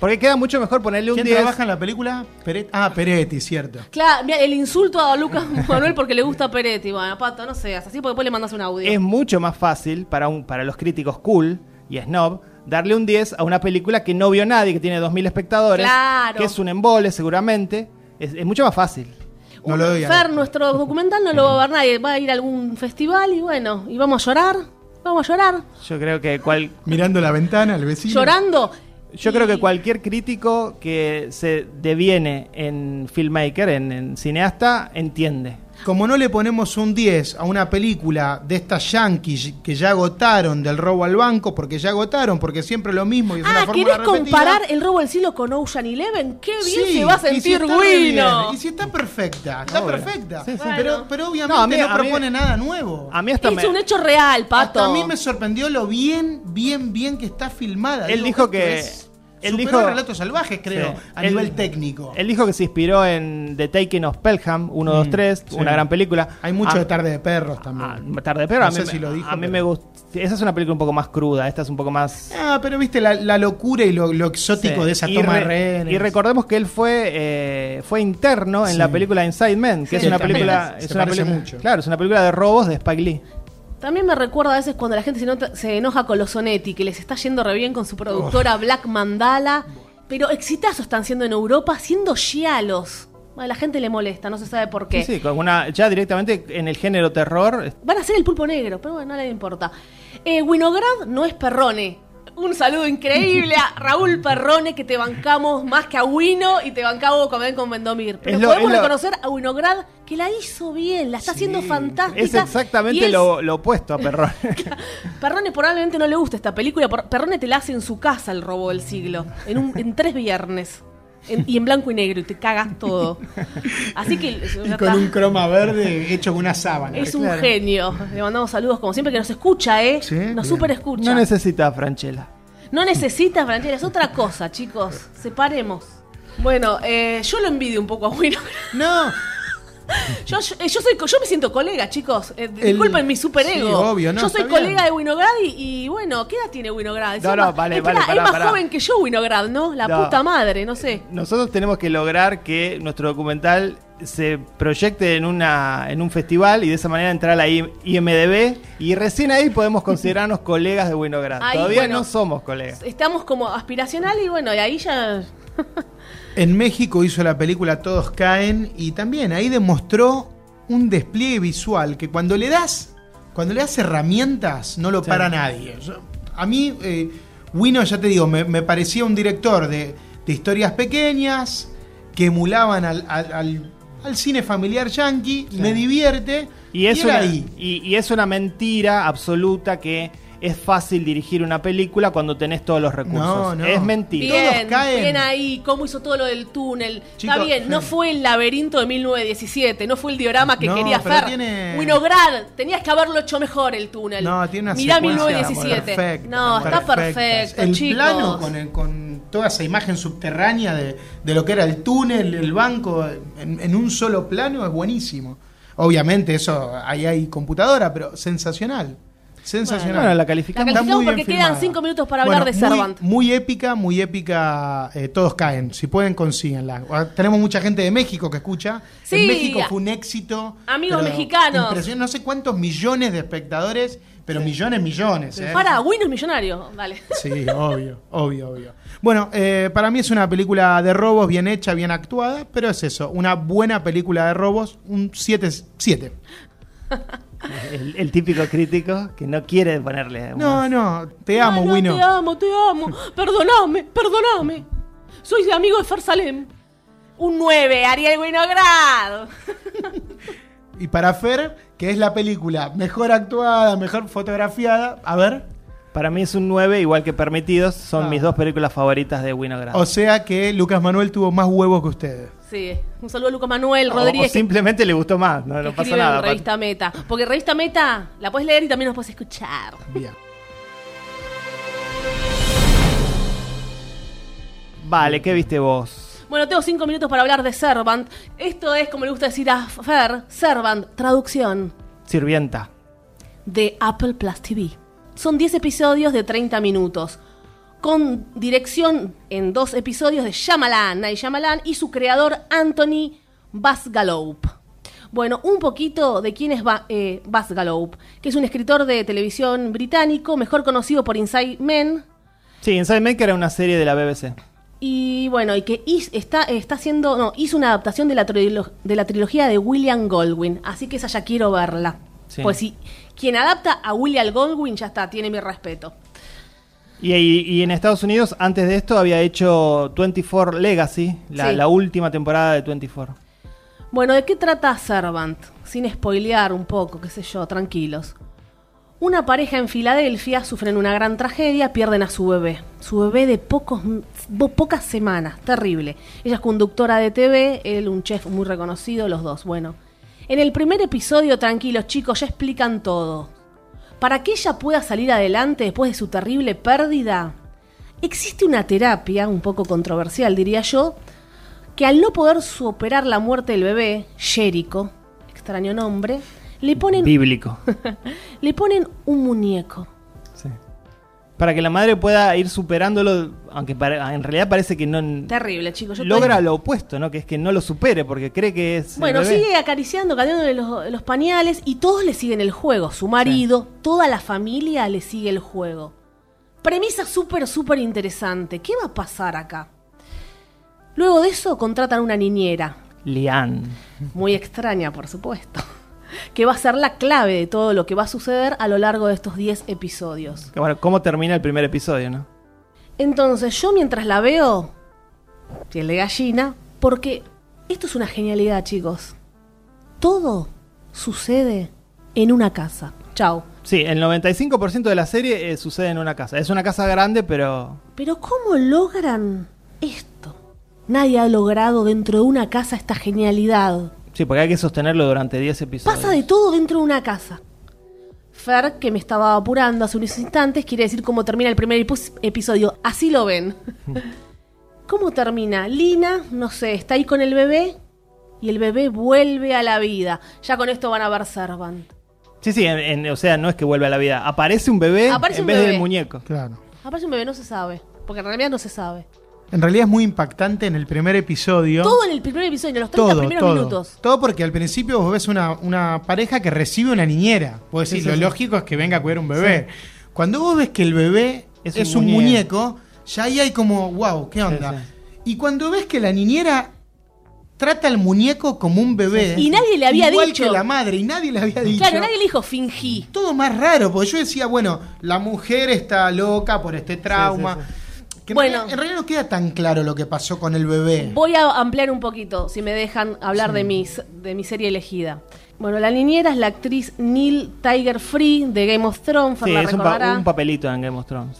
[SPEAKER 2] Porque queda mucho mejor ponerle un
[SPEAKER 4] ¿Quién
[SPEAKER 2] 10.
[SPEAKER 4] trabaja en la película? Peret- ah, Peretti, cierto.
[SPEAKER 1] Claro, mira, el insulto a Lucas *laughs* Manuel porque le gusta Peretti. Bueno, Pato, no seas así porque después le mandas un audio.
[SPEAKER 2] Es mucho más fácil para, un, para los críticos cool y snob darle un 10 a una película que no vio nadie, que tiene 2.000 espectadores,
[SPEAKER 1] Claro.
[SPEAKER 2] que es un embole seguramente. Es, es mucho más fácil.
[SPEAKER 4] No
[SPEAKER 1] Un-
[SPEAKER 4] lo doy a-
[SPEAKER 1] Fer, nuestro documental no lo va a ver nadie. Va a ir a algún festival y bueno, y vamos a llorar. Vamos a llorar.
[SPEAKER 2] Yo creo que cual,
[SPEAKER 4] Mirando la ventana, el vecino.
[SPEAKER 1] Llorando.
[SPEAKER 2] yo
[SPEAKER 1] Y-
[SPEAKER 2] creo que cualquier crítico que se deviene en filmmaker, en, en cineasta, entiende.
[SPEAKER 4] Como no le ponemos un 10 a una película de estas yankees que ya agotaron del robo al banco, porque ya agotaron, porque siempre lo mismo y es una
[SPEAKER 1] Ah,
[SPEAKER 4] fórmula
[SPEAKER 1] ¿querés
[SPEAKER 4] repetida,
[SPEAKER 1] comparar el robo del siglo con Ocean Eleven? ¡Qué bien
[SPEAKER 4] sí,
[SPEAKER 1] se va a
[SPEAKER 4] y si
[SPEAKER 1] sentir
[SPEAKER 4] está re bien,
[SPEAKER 1] Wino!
[SPEAKER 4] Y si está perfecta, está
[SPEAKER 2] Obvio.
[SPEAKER 4] perfecta.
[SPEAKER 2] Sí, sí.
[SPEAKER 4] Pero,
[SPEAKER 1] Bueno.
[SPEAKER 4] pero
[SPEAKER 2] No, a mí-
[SPEAKER 4] obviamente no,
[SPEAKER 2] a mí-
[SPEAKER 4] propone nada nuevo.
[SPEAKER 2] A mí hasta
[SPEAKER 1] Es
[SPEAKER 2] me-
[SPEAKER 1] un hecho real, Pato.
[SPEAKER 4] Hasta a mí me sorprendió lo bien, bien, bien que está filmada.
[SPEAKER 2] Él
[SPEAKER 4] Digo,
[SPEAKER 2] dijo
[SPEAKER 4] esto
[SPEAKER 2] que-
[SPEAKER 4] es-
[SPEAKER 2] él
[SPEAKER 4] superó
[SPEAKER 2] dijo-
[SPEAKER 4] relatos salvajes, creo,
[SPEAKER 2] Sí.
[SPEAKER 4] a
[SPEAKER 2] Él-
[SPEAKER 4] nivel técnico. Mm,
[SPEAKER 2] Él dijo que se inspiró en The Taking of Pelham 1, 2, 3,
[SPEAKER 4] sí.
[SPEAKER 2] una gran película.
[SPEAKER 4] Hay mucho
[SPEAKER 2] Ah,
[SPEAKER 4] de tarde de perros también.
[SPEAKER 2] Ah, tarde, pero
[SPEAKER 4] No
[SPEAKER 2] a mí,
[SPEAKER 4] sé
[SPEAKER 2] me-
[SPEAKER 4] si lo dijo,
[SPEAKER 2] a mí
[SPEAKER 4] pero-
[SPEAKER 2] me gusta. Esa es una película un poco más cruda, esta es un poco más.
[SPEAKER 4] Ah, pero viste la, la locura y lo, lo exótico
[SPEAKER 2] Sí.
[SPEAKER 4] de esa
[SPEAKER 2] Y
[SPEAKER 4] toma de
[SPEAKER 2] re-
[SPEAKER 4] rehenes.
[SPEAKER 2] Y recordemos que él fue eh, fue interno en
[SPEAKER 4] Sí.
[SPEAKER 2] la película Inside Men, que
[SPEAKER 1] Sí,
[SPEAKER 2] es una
[SPEAKER 1] también.
[SPEAKER 2] película.
[SPEAKER 4] Se
[SPEAKER 2] es una
[SPEAKER 4] parece
[SPEAKER 2] película-
[SPEAKER 4] mucho.
[SPEAKER 2] Claro, es una película de robos de Spike Lee.
[SPEAKER 1] También me recuerda a veces cuando la gente se, nota- se enoja con los Sonetti, que les está yendo re bien con su
[SPEAKER 2] Oh.
[SPEAKER 1] productora Black Mandala. Pero exitazo están siendo en Europa, haciendo gialos. A la gente le molesta, no se sabe por qué.
[SPEAKER 2] Sí, sí, con una, ya directamente en el género terror.
[SPEAKER 1] Van a ser el pulpo negro, pero bueno, no le importa. Eh, Winograd no es Perrone. Un saludo increíble
[SPEAKER 2] *laughs*
[SPEAKER 1] a Raúl Perrone, que te bancamos más que a Wino y te bancamos también con Vendomir. Pero
[SPEAKER 2] Es lo-
[SPEAKER 1] podemos
[SPEAKER 2] es lo-
[SPEAKER 1] reconocer a Winograd que la hizo bien, la está haciendo fantástica.
[SPEAKER 2] Es
[SPEAKER 1] y
[SPEAKER 2] exactamente
[SPEAKER 1] él-
[SPEAKER 2] lo, lo opuesto
[SPEAKER 1] *laughs*
[SPEAKER 2] a Perrón.
[SPEAKER 1] Perrone probablemente no le gusta esta película. por- Perrone te la hace en su casa el robo del siglo, en, un- en tres viernes. En- y en blanco y negro, y te cagas todo. Así que.
[SPEAKER 5] Y con un croma verde hecho con una sábana.
[SPEAKER 1] Es un
[SPEAKER 4] claro.
[SPEAKER 1] genio. Le mandamos saludos como siempre que nos escucha, ¿eh?
[SPEAKER 4] Sí, bien.
[SPEAKER 1] nos super escucha.
[SPEAKER 2] No necesita a Franchella.
[SPEAKER 1] No necesitas Franchella, es otra cosa, chicos. Separemos. Bueno, eh, yo lo envidio un poco a Wino.
[SPEAKER 4] No,
[SPEAKER 1] Yo, yo, eh, yo soy, co- yo me siento colega, chicos. Eh,
[SPEAKER 4] El-
[SPEAKER 1] disculpen mi superego.
[SPEAKER 4] sí, obvio, no,
[SPEAKER 1] yo soy
[SPEAKER 4] está bien.
[SPEAKER 1] colega de Winograd y, y, bueno, ¿qué edad tiene Winograd? Es
[SPEAKER 2] No,
[SPEAKER 1] el
[SPEAKER 2] no,
[SPEAKER 1] más-
[SPEAKER 2] vale,
[SPEAKER 1] es
[SPEAKER 2] vale,
[SPEAKER 1] más-
[SPEAKER 2] pará,
[SPEAKER 1] es más
[SPEAKER 2] pará.
[SPEAKER 1] joven que yo Winograd, ¿no? La
[SPEAKER 2] No.
[SPEAKER 1] puta madre, no
[SPEAKER 4] Eh,
[SPEAKER 1] sé.
[SPEAKER 2] Nosotros tenemos que lograr que nuestro documental se proyecte en, una, en un festival y de esa manera entrar a la I- IMDB y recién ahí podemos considerarnos *laughs* colegas de Winograd.
[SPEAKER 1] Ahí,
[SPEAKER 2] Todavía
[SPEAKER 1] bueno.
[SPEAKER 2] no somos colegas.
[SPEAKER 1] Estamos como aspiracional y bueno, y ahí ya.
[SPEAKER 4] En México hizo la película Todos caen y también ahí demostró un despliegue visual que cuando le das, cuando le das herramientas, no lo para nadie. Yo- a mí, eh, Wino, ya te digo, me, me parecía un director de, de historias pequeñas que emulaban al, al- al- al cine familiar yankee, me divierte.
[SPEAKER 2] Y es,
[SPEAKER 4] era
[SPEAKER 2] una,
[SPEAKER 4] ahí.
[SPEAKER 2] y- y es una mentira absoluta que es fácil dirigir una película cuando tenés todos los recursos.
[SPEAKER 4] No, no.
[SPEAKER 2] Es mentira.
[SPEAKER 1] Bien,
[SPEAKER 4] caen.
[SPEAKER 1] bien ahí, cómo hizo todo lo del túnel. Está
[SPEAKER 4] Chicos,
[SPEAKER 1] bien, no
[SPEAKER 4] sí.
[SPEAKER 1] fue el laberinto de 1917, no fue el diorama que
[SPEAKER 4] No,
[SPEAKER 1] quería
[SPEAKER 4] pero
[SPEAKER 1] Fer.
[SPEAKER 4] tiene-
[SPEAKER 1] Winograd, tenías que haberlo hecho mejor el túnel.
[SPEAKER 4] No, tiene una
[SPEAKER 1] Mirá
[SPEAKER 4] secuencia
[SPEAKER 1] 1917.
[SPEAKER 4] perfecta,
[SPEAKER 1] no, está
[SPEAKER 4] perfecta.
[SPEAKER 1] perfecto,
[SPEAKER 4] El
[SPEAKER 1] chicos.
[SPEAKER 4] plano con, el- con toda esa imagen subterránea de, de lo que era el túnel, el banco, en, en un solo plano es buenísimo. Obviamente, eso ahí hay computadora, pero sensacional. Sensacional.
[SPEAKER 2] Bueno, la
[SPEAKER 1] La
[SPEAKER 2] calificamos.
[SPEAKER 4] Está
[SPEAKER 1] calificamos
[SPEAKER 4] muy bien
[SPEAKER 1] porque quedan
[SPEAKER 4] filmada.
[SPEAKER 1] 5 minutos para
[SPEAKER 4] Bueno,
[SPEAKER 1] hablar de
[SPEAKER 4] muy-
[SPEAKER 1] Servant.
[SPEAKER 4] Muy épica, muy épica. eh, todos caen. Si pueden, consíganla. Ah, Tenemos mucha gente de México que escucha.
[SPEAKER 1] Sí,
[SPEAKER 4] en México
[SPEAKER 1] a-
[SPEAKER 4] fue un éxito.
[SPEAKER 1] amigos
[SPEAKER 4] pero
[SPEAKER 1] mexicanos.
[SPEAKER 4] impresionante. No sé cuántos millones de espectadores, pero millones, millones. ¿eh?
[SPEAKER 1] Para, Win es millonario. Dale.
[SPEAKER 4] Sí, obvio, obvio, obvio. Bueno, eh, para mí es una película de robos bien hecha, bien actuada, pero es eso, una buena película de robos, un 7. 7.
[SPEAKER 2] El, el típico crítico que no quiere ponerle.
[SPEAKER 4] No,
[SPEAKER 2] una-
[SPEAKER 4] no, te amo,
[SPEAKER 1] Ay, no,
[SPEAKER 4] Wino.
[SPEAKER 1] Te amo, te amo. Perdoname, perdoname. Soy de amigo de Fer Salem. Un 9, Ariel Winograd.
[SPEAKER 4] Y para Fer, que es la película mejor actuada, mejor fotografiada, a ver.
[SPEAKER 2] Para mí es un 9, igual que Permitidos. Son
[SPEAKER 4] Ah.
[SPEAKER 2] mis dos películas favoritas de Winograd.
[SPEAKER 4] O sea que Lucas Manuel tuvo más huevos que ustedes.
[SPEAKER 1] Sí, un saludo a Luca Manuel
[SPEAKER 2] O- o
[SPEAKER 1] Rodríguez. que-
[SPEAKER 2] simplemente le gustó más. Oh, No,
[SPEAKER 1] que
[SPEAKER 2] no pasa
[SPEAKER 1] escribe en
[SPEAKER 2] nada.
[SPEAKER 1] Revista Meta. Porque Revista Meta la puedes leer y también nos puedes escuchar.
[SPEAKER 4] Bien.
[SPEAKER 2] Vale, ¿qué viste vos?
[SPEAKER 1] Bueno, tengo cinco minutos para hablar de Servant. Esto es, como le gusta decir a Fer, Servant, traducción
[SPEAKER 2] Sirvienta.
[SPEAKER 1] de Apple Plus TV. Son 10 episodios de 30 minutos. Con dirección en dos episodios de Shyamalan, Night Shyamalan y su creador Anthony Basgalop. Bueno, un poquito de quién es Ba- eh, Basgalop, que es un escritor de televisión británico, mejor conocido por Inside Men,
[SPEAKER 2] Sí, Inside Maker era una serie de la BBC.
[SPEAKER 1] Y bueno, y que hiz- está, está haciendo, no, hizo una adaptación de la, trilo- de la trilogía de William Goldwyn, así que esa ya quiero verla.
[SPEAKER 2] Sí.
[SPEAKER 1] Pues si quien adapta a William Goldwyn ya está, tiene mi respeto.
[SPEAKER 2] Y, y- y en Estados Unidos, antes de esto, había hecho 24 Legacy, la,
[SPEAKER 1] Sí.
[SPEAKER 2] la última temporada de 24.
[SPEAKER 1] Bueno, ¿de qué trata Servant? Sin spoilear un poco, qué sé yo, tranquilos. Una pareja en Filadelfia sufren una gran tragedia, pierden a su bebé. Su bebé de pocos, po- pocas semanas, terrible. Ella es conductora de TV, él un chef muy reconocido, los dos, bueno. En el primer episodio, tranquilos chicos, ya explican todo. Para que ella pueda salir adelante después de su terrible pérdida, existe una terapia, un poco controversial diría yo, que al no poder superar la muerte del bebé, Jericho, extraño nombre, le ponen, *laughs*
[SPEAKER 2] Bíblico.
[SPEAKER 1] le ponen un muñeco.
[SPEAKER 2] Sí. Para que la madre pueda ir superándolo, aunque para- en realidad parece que no
[SPEAKER 1] Terrible, chicos. yo
[SPEAKER 2] logra
[SPEAKER 1] todavía-
[SPEAKER 2] lo opuesto, ¿no? Que es que no lo supere porque cree que es. el
[SPEAKER 1] Bueno,
[SPEAKER 2] bebé.
[SPEAKER 1] sigue acariciando, cambiándole los, los pañales y todos le siguen el juego. Su marido, toda la familia le sigue el juego. Premisa súper, súper interesante. ¿Qué va a pasar acá? Luego de eso contratan una niñera,
[SPEAKER 2] Lian.
[SPEAKER 1] muy extraña, por supuesto. *laughs* que va a ser la clave de todo lo que va a suceder a lo largo de estos 10 episodios.
[SPEAKER 2] Que, bueno, ¿Cómo termina el primer episodio, no?
[SPEAKER 1] Entonces, yo mientras la veo, piel de gallina, porque esto es una genialidad, chicos. Todo sucede en una casa. Chao.
[SPEAKER 2] Sí, el 95% de la serie eh, sucede en una casa. Es una casa grande, pero
[SPEAKER 1] Pero ¿cómo logran esto? Nadie ha logrado dentro de una casa esta genialidad.
[SPEAKER 2] sí, porque hay que sostenerlo durante 10 episodios.
[SPEAKER 1] Pasa de todo dentro de una casa. Fer, que me estaba apurando hace unos instantes, quiere decir cómo termina el primer epos- episodio. Así lo
[SPEAKER 4] *laughs*
[SPEAKER 1] ven. ¿Cómo termina? Lina, no sé, está ahí con el bebé y el bebé vuelve a la vida. Ya con esto van a ver Servant.
[SPEAKER 2] Sí, sí, en- en- o sea, no es que vuelve a la vida. Aparece un bebé
[SPEAKER 1] Aparece
[SPEAKER 2] en
[SPEAKER 1] un
[SPEAKER 2] vez
[SPEAKER 1] bebé.
[SPEAKER 2] del muñeco.
[SPEAKER 4] Claro.
[SPEAKER 1] Aparece un bebé, no se sabe. Porque en realidad no se sabe.
[SPEAKER 4] En realidad es muy impactante en el primer episodio.
[SPEAKER 1] Todo en el primer episodio, en los 30 primeros minutos.
[SPEAKER 4] Todo porque al principio vos ves una, una pareja que recibe una niñera. Vos
[SPEAKER 2] Sí,
[SPEAKER 4] decís,
[SPEAKER 2] sí,
[SPEAKER 4] lo
[SPEAKER 2] sí.
[SPEAKER 4] lógico es que venga a cuidar un bebé. Cuando vos ves que el bebé es,
[SPEAKER 2] Es
[SPEAKER 4] un,
[SPEAKER 2] un
[SPEAKER 4] muñeco. ya ahí hay como, wow, ¿qué onda?
[SPEAKER 2] sí.
[SPEAKER 4] Y cuando ves que la niñera trata al muñeco como un bebé.
[SPEAKER 1] Y nadie le había
[SPEAKER 4] igual
[SPEAKER 1] dicho.
[SPEAKER 4] que la madre, y nadie le había dicho.
[SPEAKER 1] Claro, nadie le dijo fingí.
[SPEAKER 4] Todo más raro, porque yo decía, bueno, la mujer está loca por este trauma. Que en
[SPEAKER 1] Bueno.
[SPEAKER 4] realidad- en realidad no queda tan claro lo que pasó con el bebé.
[SPEAKER 1] Voy a ampliar un poquito, si me dejan hablar de, mis, de mi serie elegida. Bueno, la niñera es la actriz Neil Tiger Free de Game of Thrones,
[SPEAKER 2] Sí,
[SPEAKER 1] la
[SPEAKER 2] es un, pa-
[SPEAKER 1] recordará.
[SPEAKER 2] un papelito en Game of Thrones.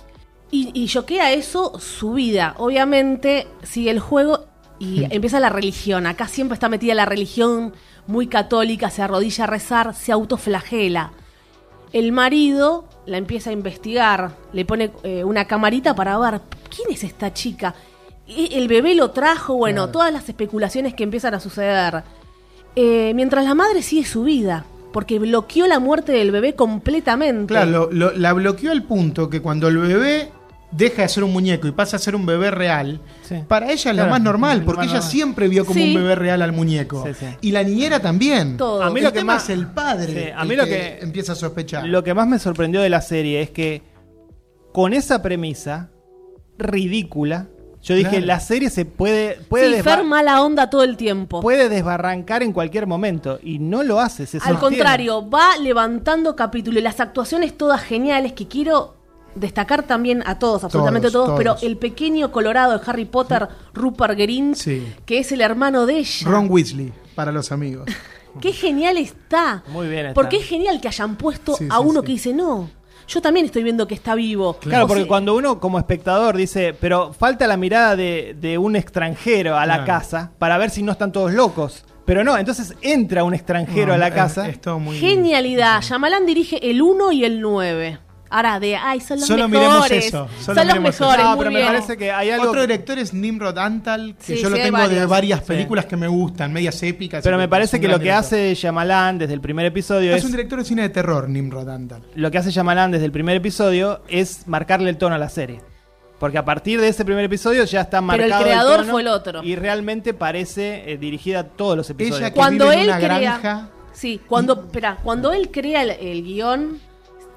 [SPEAKER 1] Y, y choquea eso su vida. Obviamente sigue el juego y
[SPEAKER 4] Mm.
[SPEAKER 1] empieza la religión. Acá siempre está metida la religión muy católica, se arrodilla a rezar, se autoflagela. El marido la empieza a investigar, le pone eh, una camarita para ver quién es esta chica. Y El bebé lo trajo, bueno, todas las especulaciones que empiezan a suceder. Eh, mientras la madre sigue su vida, porque bloqueó la muerte del bebé completamente.
[SPEAKER 4] Claro, lo- lo- la bloqueó al punto que cuando el bebé deja de ser un muñeco y pasa a ser un bebé real,
[SPEAKER 2] Sí.
[SPEAKER 4] para ella es
[SPEAKER 2] Claro,
[SPEAKER 4] lo más normal,
[SPEAKER 2] lo
[SPEAKER 4] porque
[SPEAKER 2] más
[SPEAKER 4] ella
[SPEAKER 2] normal.
[SPEAKER 4] siempre vio como
[SPEAKER 1] Sí.
[SPEAKER 4] un bebé real al muñeco.
[SPEAKER 2] Sí, sí.
[SPEAKER 4] Y la niñera también.
[SPEAKER 1] Todo.
[SPEAKER 2] A mí
[SPEAKER 4] el
[SPEAKER 2] lo que
[SPEAKER 4] tema
[SPEAKER 2] más-
[SPEAKER 4] es el padre.
[SPEAKER 2] Sí, a
[SPEAKER 4] el
[SPEAKER 2] mí lo que-
[SPEAKER 4] empieza a sospechar.
[SPEAKER 2] Lo que más me sorprendió de la serie es que con esa premisa ridícula, yo dije,
[SPEAKER 4] Claro.
[SPEAKER 2] la serie se puede puede,
[SPEAKER 1] Sí,
[SPEAKER 2] desba-
[SPEAKER 1] Fer mala onda todo el tiempo.
[SPEAKER 2] puede desbarrancar en cualquier momento y no lo hace. se
[SPEAKER 1] Al
[SPEAKER 2] sostiene.
[SPEAKER 1] contrario, va levantando capítulo y las actuaciones todas geniales que quiero destacar también a todos, absolutamente
[SPEAKER 4] Todos,
[SPEAKER 1] todos,
[SPEAKER 4] todos.
[SPEAKER 1] pero el pequeño colorado de Harry Potter, Rupert Grint,
[SPEAKER 4] Sí.
[SPEAKER 1] que es el hermano de ella.
[SPEAKER 4] Ron Weasley, para los *laughs* amigos.
[SPEAKER 1] Qué genial está.
[SPEAKER 2] Muy bien está.
[SPEAKER 1] Porque es genial que hayan puesto
[SPEAKER 4] Sí,
[SPEAKER 1] a
[SPEAKER 4] sí,
[SPEAKER 1] uno
[SPEAKER 4] sí.
[SPEAKER 1] que dice, no, yo también estoy viendo que está vivo.
[SPEAKER 2] Claro,
[SPEAKER 1] O
[SPEAKER 2] porque
[SPEAKER 1] sea,
[SPEAKER 2] cuando uno como espectador dice, pero falta la mirada de, de un extranjero a la
[SPEAKER 4] Claro.
[SPEAKER 2] casa para ver si no están todos locos. Pero no, entonces entra un extranjero a la
[SPEAKER 4] No, eh,
[SPEAKER 2] casa.
[SPEAKER 4] Es, es todo muy
[SPEAKER 1] Genialidad. Yamalán dirige el 1 y el 9. Ahora de, ay, son los
[SPEAKER 4] Solo miremos
[SPEAKER 1] mejores.
[SPEAKER 4] eso, solo
[SPEAKER 1] son los
[SPEAKER 4] miremos eso.
[SPEAKER 1] mejores.
[SPEAKER 2] No,
[SPEAKER 1] muy
[SPEAKER 2] pero me
[SPEAKER 1] bien.
[SPEAKER 2] parece
[SPEAKER 4] Eh,
[SPEAKER 2] que hay algo.
[SPEAKER 4] Otro director es Nimrod Antal, que
[SPEAKER 1] Sí,
[SPEAKER 4] yo lo
[SPEAKER 1] sí, hay
[SPEAKER 4] tengo de
[SPEAKER 1] varios.
[SPEAKER 4] varias
[SPEAKER 2] Sí.
[SPEAKER 4] películas que me gustan, medias épicas.
[SPEAKER 2] Pero me
[SPEAKER 4] Es
[SPEAKER 2] parece
[SPEAKER 4] un
[SPEAKER 2] que
[SPEAKER 4] gran
[SPEAKER 2] lo que
[SPEAKER 4] director.
[SPEAKER 2] hace Shyamalan desde el primer episodio
[SPEAKER 4] Es
[SPEAKER 2] es.
[SPEAKER 4] un director de cine de terror, Nimrod Antal.
[SPEAKER 2] Lo que hace Shyamalan desde el primer episodio es marcarle el tono a la serie. Porque a partir de ese primer episodio ya está
[SPEAKER 1] Pero
[SPEAKER 2] marcado.
[SPEAKER 1] el creador
[SPEAKER 2] tono
[SPEAKER 1] fue el otro.
[SPEAKER 2] Y realmente parece eh, dirigida a todos los episodios.
[SPEAKER 4] Ella que
[SPEAKER 1] cuando
[SPEAKER 4] vive en
[SPEAKER 1] él
[SPEAKER 4] una
[SPEAKER 1] crea
[SPEAKER 4] granja.
[SPEAKER 1] sí cuando espera, cuando él crea el, el guión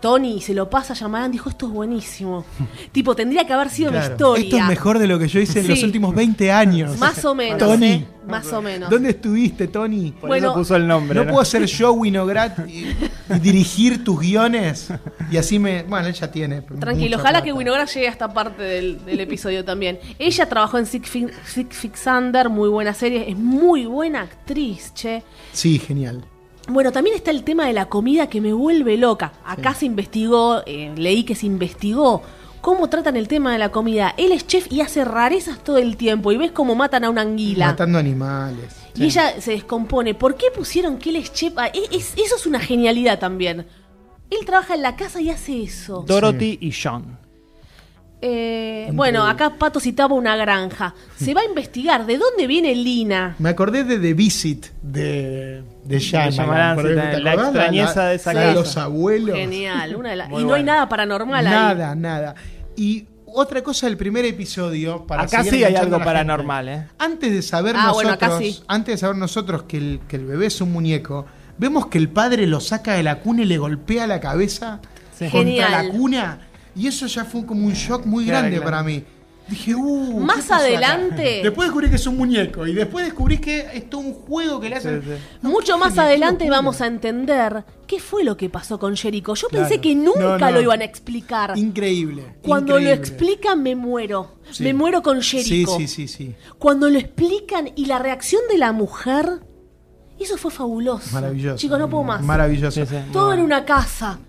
[SPEAKER 1] Tony se lo pasa a Yamalán dijo esto es
[SPEAKER 4] *laughs*
[SPEAKER 1] buenísimo tipo tendría que haber sido una
[SPEAKER 4] Claro.
[SPEAKER 1] historia
[SPEAKER 4] Esto es mejor de lo que yo hice en
[SPEAKER 1] Sí.
[SPEAKER 4] los últimos 20 años.
[SPEAKER 1] más o menos
[SPEAKER 4] Tony.
[SPEAKER 1] ¿eh? más o menos
[SPEAKER 4] ¿Dónde estuviste, Tony?
[SPEAKER 2] Por
[SPEAKER 1] Bueno,
[SPEAKER 2] eso puso el nombre.
[SPEAKER 4] no,
[SPEAKER 2] ¿no?
[SPEAKER 4] puedo ser yo, Winograd, y, y dirigir tus guiones. Y así me. Bueno, él ya tiene.
[SPEAKER 1] Tranquilo,
[SPEAKER 4] mucha
[SPEAKER 1] ojalá
[SPEAKER 4] plata.
[SPEAKER 1] que Winograd llegue a esta parte del, del episodio también. Ella trabajó en Six, Fin- Six Feet Under, muy buena serie, es muy buena actriz, che.
[SPEAKER 4] Sí, genial.
[SPEAKER 1] Bueno, también está el tema de la comida que me vuelve loca. Acá se investigó, eh, leí que se investigó cómo tratan el tema de la comida. Él es chef y hace rarezas todo el tiempo y ves cómo matan a una anguila.
[SPEAKER 4] Matando animales.
[SPEAKER 1] Y ella se descompone. ¿Por qué pusieron que él es chef? Ah, es- es- eso es una genialidad también. Él trabaja en la casa y hace eso.
[SPEAKER 2] Dorothy y John.
[SPEAKER 1] Eh, bueno, acá Pato citaba una granja. Se va a investigar de dónde viene Lina.
[SPEAKER 4] Me acordé de The Visit de, de
[SPEAKER 2] Shyamalan,
[SPEAKER 4] Shyamalan. por
[SPEAKER 2] sí,
[SPEAKER 4] ejemplo, ¿te
[SPEAKER 2] la
[SPEAKER 4] acordás?
[SPEAKER 2] extrañeza de esa
[SPEAKER 4] la
[SPEAKER 2] casa.
[SPEAKER 4] Los abuelos.
[SPEAKER 1] Genial. una de la- y
[SPEAKER 2] Muy
[SPEAKER 1] no hay
[SPEAKER 2] bueno.
[SPEAKER 1] nada paranormal ahí.
[SPEAKER 4] Nada, nada. Y otra cosa del primer episodio. Para
[SPEAKER 2] Acá
[SPEAKER 4] seguir
[SPEAKER 2] sí hay
[SPEAKER 4] enganchando
[SPEAKER 2] algo
[SPEAKER 4] a la gente.
[SPEAKER 2] paranormal, ¿eh?
[SPEAKER 4] Antes de saber
[SPEAKER 1] Ah,
[SPEAKER 4] nosotros,
[SPEAKER 1] bueno, acá sí.
[SPEAKER 4] antes de saber nosotros que el, que el bebé es un muñeco, vemos que el padre lo saca de la cuna y le golpea la cabeza
[SPEAKER 2] Sí.
[SPEAKER 4] contra
[SPEAKER 1] Genial.
[SPEAKER 4] la cuna. Y eso ya fue como un shock muy
[SPEAKER 2] Claro,
[SPEAKER 4] grande
[SPEAKER 2] claro.
[SPEAKER 4] para mí. Dije, uh. ¿qué
[SPEAKER 1] Más
[SPEAKER 4] pasó acá?
[SPEAKER 1] adelante,
[SPEAKER 5] Después descubrí que es un muñeco y después descubrí que
[SPEAKER 4] Es todo un juego que le hacen.
[SPEAKER 2] Sí, sí.
[SPEAKER 1] mucho más
[SPEAKER 4] Qué
[SPEAKER 1] adelante
[SPEAKER 4] locura.
[SPEAKER 1] vamos a entender qué fue lo que pasó con Jericho. Yo pensé
[SPEAKER 4] Claro.
[SPEAKER 1] que nunca
[SPEAKER 4] No, no.
[SPEAKER 1] lo iban a explicar.
[SPEAKER 4] Increíble.
[SPEAKER 1] Cuando
[SPEAKER 4] increíble.
[SPEAKER 1] lo explican me muero.
[SPEAKER 4] Sí.
[SPEAKER 1] Me muero con
[SPEAKER 4] Sí,
[SPEAKER 1] Jericho.
[SPEAKER 4] sí, sí, sí.
[SPEAKER 1] Cuando lo explican y la reacción de la mujer, eso fue fabuloso.
[SPEAKER 4] Maravilloso.
[SPEAKER 1] Chicos, no puedo más.
[SPEAKER 4] Maravilloso.
[SPEAKER 2] Sí, sí.
[SPEAKER 1] Todo en una casa.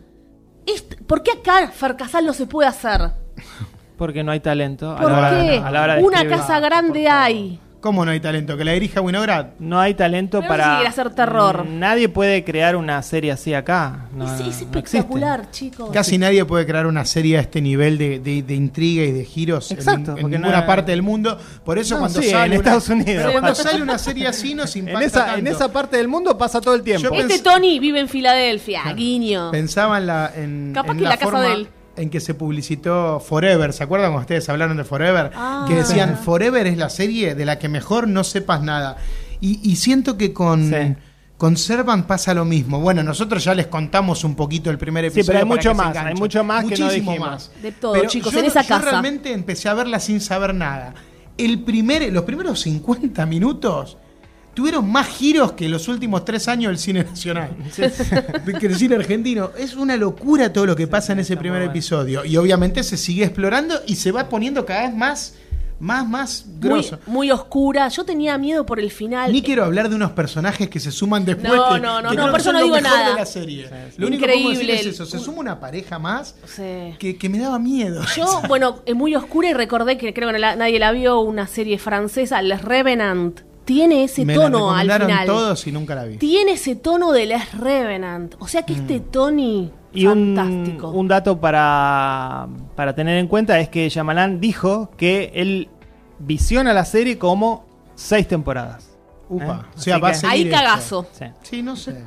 [SPEAKER 1] Est- ¿Por qué acá Farcasal no se puede hacer?
[SPEAKER 2] Porque no hay talento. A
[SPEAKER 1] ¿Por
[SPEAKER 2] la hora,
[SPEAKER 1] qué?
[SPEAKER 2] a la hora de
[SPEAKER 1] una
[SPEAKER 2] escribir.
[SPEAKER 4] Ah,
[SPEAKER 1] casa grande hay.
[SPEAKER 4] ¿Cómo no hay talento? Que la dirija Winograd.
[SPEAKER 2] No hay talento
[SPEAKER 1] Pero si
[SPEAKER 2] para.
[SPEAKER 1] quiere hacer terror.
[SPEAKER 2] Nadie puede crear una serie así acá.
[SPEAKER 1] es,
[SPEAKER 2] No, no,
[SPEAKER 1] es
[SPEAKER 2] no existe.
[SPEAKER 1] espectacular, chicos.
[SPEAKER 4] Casi nadie puede crear una serie a este nivel de, de- de intriga y de giros en-
[SPEAKER 2] Exacto,
[SPEAKER 4] en,
[SPEAKER 2] porque
[SPEAKER 4] ninguna
[SPEAKER 2] no-
[SPEAKER 4] parte del mundo. Por eso
[SPEAKER 2] No,
[SPEAKER 4] cuando
[SPEAKER 2] sí,
[SPEAKER 4] sale
[SPEAKER 2] en
[SPEAKER 4] una-
[SPEAKER 2] Estados Unidos.
[SPEAKER 4] Pero cuando
[SPEAKER 2] *laughs*
[SPEAKER 4] sale una serie así nos
[SPEAKER 2] En
[SPEAKER 4] impacta
[SPEAKER 2] esa, en
[SPEAKER 4] tanto.
[SPEAKER 2] esa parte del mundo pasa todo el tiempo.
[SPEAKER 4] Yo
[SPEAKER 1] Este
[SPEAKER 4] pens-
[SPEAKER 1] Tony vive en Filadelfia, guiño.
[SPEAKER 4] Pensaba en la en,
[SPEAKER 1] Capaz
[SPEAKER 4] en
[SPEAKER 1] que la casa
[SPEAKER 4] forma
[SPEAKER 1] de él.
[SPEAKER 4] en que se publicitó Forever, ¿se acuerdan cuando ustedes hablaron de Forever?
[SPEAKER 1] Ah.
[SPEAKER 4] que decían Forever es la serie de la que mejor no sepas nada. Y, y siento que con
[SPEAKER 2] Sí.
[SPEAKER 4] con Servant pasa lo mismo. Bueno, nosotros ya les contamos un poquito el primer
[SPEAKER 2] Sí,
[SPEAKER 4] episodio.
[SPEAKER 2] pero hay
[SPEAKER 4] para
[SPEAKER 2] mucho
[SPEAKER 4] que se
[SPEAKER 2] más,
[SPEAKER 4] enganchen.
[SPEAKER 2] hay mucho más que no
[SPEAKER 4] Muchísimo
[SPEAKER 2] dijimos.
[SPEAKER 4] más.
[SPEAKER 1] De todo,
[SPEAKER 4] Pero
[SPEAKER 1] chicos,
[SPEAKER 4] yo
[SPEAKER 1] en
[SPEAKER 4] no-
[SPEAKER 1] esa
[SPEAKER 4] yo
[SPEAKER 1] casa.
[SPEAKER 4] realmente empecé a verla sin saber nada. El primer, los primeros 50 minutos tuvieron más giros que los últimos tres años del
[SPEAKER 1] *laughs*
[SPEAKER 4] cine nacional. que el cine argentino. Es una locura todo lo que pasa en ese
[SPEAKER 2] está
[SPEAKER 4] primer
[SPEAKER 2] muy bueno.
[SPEAKER 4] episodio. Y obviamente se sigue explorando y se va poniendo cada vez más, más, más
[SPEAKER 1] muy,
[SPEAKER 4] grosso.
[SPEAKER 1] muy oscura. Yo tenía miedo por el final.
[SPEAKER 4] Ni quiero hablar de unos personajes que se suman después.
[SPEAKER 1] No,
[SPEAKER 4] que-
[SPEAKER 1] no, no,
[SPEAKER 4] que
[SPEAKER 1] no,
[SPEAKER 4] creo
[SPEAKER 1] por
[SPEAKER 4] que
[SPEAKER 1] eso
[SPEAKER 4] son
[SPEAKER 1] no
[SPEAKER 4] lo
[SPEAKER 1] digo
[SPEAKER 4] mejor
[SPEAKER 1] nada.
[SPEAKER 4] de la serie.
[SPEAKER 1] sí.
[SPEAKER 4] Lo único que puedo
[SPEAKER 1] Increíble
[SPEAKER 4] decir es
[SPEAKER 1] el-
[SPEAKER 4] eso. Se suma una pareja más
[SPEAKER 1] No sé.
[SPEAKER 4] que, que me daba miedo. *laughs*
[SPEAKER 1] Yo, bueno, es muy oscura y recordé que creo que no la- nadie la vio, una serie francesa, Les Revenant. Tiene ese
[SPEAKER 4] me
[SPEAKER 1] tono
[SPEAKER 4] la
[SPEAKER 1] al
[SPEAKER 4] recomendaron
[SPEAKER 1] final.
[SPEAKER 4] todos y nunca la vi.
[SPEAKER 1] Tiene ese tono de Les Revenant. O
[SPEAKER 4] Mm.
[SPEAKER 1] sea que este Tony,
[SPEAKER 2] Y un,
[SPEAKER 1] fantástico.
[SPEAKER 2] un dato para, para tener en cuenta es que Yamalán dijo que él visiona la serie como seis temporadas.
[SPEAKER 4] Upa.
[SPEAKER 2] ¿Eh?
[SPEAKER 4] O sea,
[SPEAKER 2] Así
[SPEAKER 4] va a
[SPEAKER 2] que-
[SPEAKER 4] seguir
[SPEAKER 1] Ah, Ahí
[SPEAKER 4] esto.
[SPEAKER 1] cagazo.
[SPEAKER 2] Sí,
[SPEAKER 4] Sí, no sé.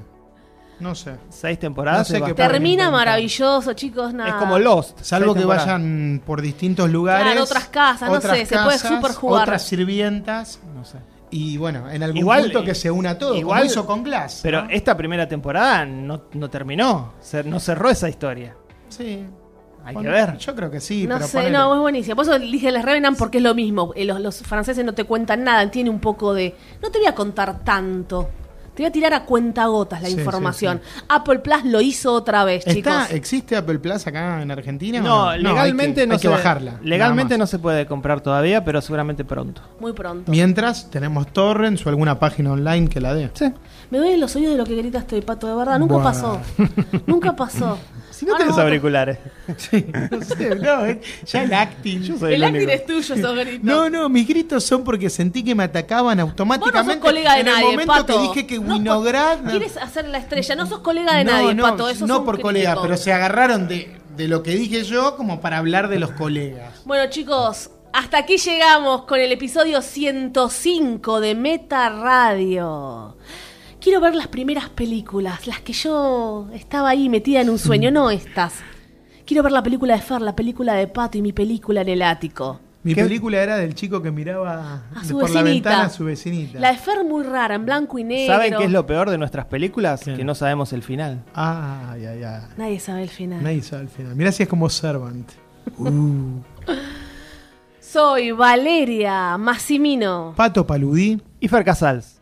[SPEAKER 4] No sé.
[SPEAKER 2] seis temporadas.
[SPEAKER 4] No sé
[SPEAKER 2] es
[SPEAKER 4] qué
[SPEAKER 2] bastante.
[SPEAKER 1] Termina
[SPEAKER 4] Para mí,
[SPEAKER 1] maravilloso, chicos. Nada.
[SPEAKER 2] Es como Lost.
[SPEAKER 4] Salvo
[SPEAKER 2] seis
[SPEAKER 4] que
[SPEAKER 2] temporadas.
[SPEAKER 4] vayan por distintos lugares.
[SPEAKER 1] Claro, otras casas, no sé, se puede superjugar.
[SPEAKER 4] Otras sirvientas.
[SPEAKER 2] No sé.
[SPEAKER 4] Y bueno, en algún
[SPEAKER 2] Igual, eh,
[SPEAKER 4] punto que se una todo,
[SPEAKER 2] igual-
[SPEAKER 4] como hizo con Glass.
[SPEAKER 2] Pero eh,
[SPEAKER 4] ¿no?
[SPEAKER 2] esta primera temporada no, no terminó. Se- no cerró esa historia.
[SPEAKER 4] sí.
[SPEAKER 2] Hay
[SPEAKER 4] Pon-
[SPEAKER 2] que ver.
[SPEAKER 4] Yo creo que sí,
[SPEAKER 1] no
[SPEAKER 4] pero
[SPEAKER 1] sé,
[SPEAKER 4] ponele.
[SPEAKER 1] no, es buenísimo. Por eso dije Les Revenant porque es lo mismo. Eh, Los, los franceses no te cuentan nada, tiene un poco de... No te voy a contar tanto. Te voy a tirar a cuentagotas la
[SPEAKER 4] Sí, sí,
[SPEAKER 1] información. Apple Plus lo hizo otra vez,
[SPEAKER 4] Está, eh,
[SPEAKER 1] chicos.
[SPEAKER 4] ¿Existe Apple Plus acá en Argentina? o
[SPEAKER 2] No,
[SPEAKER 4] hay que,
[SPEAKER 2] legalmente no
[SPEAKER 4] hay que
[SPEAKER 2] se,
[SPEAKER 4] bajarla.
[SPEAKER 2] Legalmente no
[SPEAKER 4] nada más.
[SPEAKER 2] se puede comprar todavía, pero seguramente pronto.
[SPEAKER 1] Muy pronto.
[SPEAKER 4] Mientras tenemos torrents o alguna página online
[SPEAKER 2] *laughs*
[SPEAKER 4] que la dé.
[SPEAKER 2] Sí.
[SPEAKER 1] Me duelen los oídos de lo que gritas este pato, de verdad. Nunca
[SPEAKER 4] Buah.
[SPEAKER 1] pasó. Nunca
[SPEAKER 4] *laughs*
[SPEAKER 1] pasó. Ah,
[SPEAKER 2] Si Ah, no
[SPEAKER 1] Ahora
[SPEAKER 2] tenés
[SPEAKER 1] vamos-
[SPEAKER 2] auriculares.
[SPEAKER 4] Sí, no sé, no, eh, ya el acting.
[SPEAKER 2] Yo
[SPEAKER 1] El
[SPEAKER 2] soy el,
[SPEAKER 1] acting
[SPEAKER 2] único.
[SPEAKER 1] es tuyo, esos gritos.
[SPEAKER 4] No, no, mis gritos son porque sentí que me atacaban automáticamente.
[SPEAKER 1] Vos no sos colega de
[SPEAKER 4] en
[SPEAKER 1] nadie,
[SPEAKER 4] el momento
[SPEAKER 1] Pato.
[SPEAKER 4] que dije que
[SPEAKER 1] No por-
[SPEAKER 4] Winograd.
[SPEAKER 1] Quieres hacer la estrella, no sos colega de
[SPEAKER 4] No,
[SPEAKER 1] nadie,
[SPEAKER 4] no,
[SPEAKER 1] Pato. Eso es
[SPEAKER 4] no
[SPEAKER 1] un
[SPEAKER 4] por colega,
[SPEAKER 1] crítico.
[SPEAKER 4] pero se agarraron de, de lo que dije yo como para hablar de los colegas.
[SPEAKER 1] Bueno, chicos, hasta aquí llegamos con el episodio 105 de Meta Radio. Quiero ver las primeras películas, las que yo estaba ahí metida en un sueño, no estas. Quiero ver la película de Fer, la película de Pato y mi película en el ático.
[SPEAKER 4] Mi
[SPEAKER 2] ¿Qué?
[SPEAKER 4] película era del chico que miraba
[SPEAKER 1] A
[SPEAKER 4] de-
[SPEAKER 1] su
[SPEAKER 4] por la
[SPEAKER 1] vecinita.
[SPEAKER 4] ventana a su vecinita.
[SPEAKER 1] La de Fer muy rara, en blanco y negro.
[SPEAKER 2] ¿Saben qué es lo peor de nuestras películas?
[SPEAKER 4] ¿Qué?
[SPEAKER 2] Que no sabemos el final.
[SPEAKER 4] Ah, ya, ya.
[SPEAKER 1] Nadie sabe el final.
[SPEAKER 4] Nadie sabe al final. Mirá si es como Servant.
[SPEAKER 1] Soy Valeria Massimino.
[SPEAKER 4] Pato Paludí.
[SPEAKER 2] Y Fer Casals.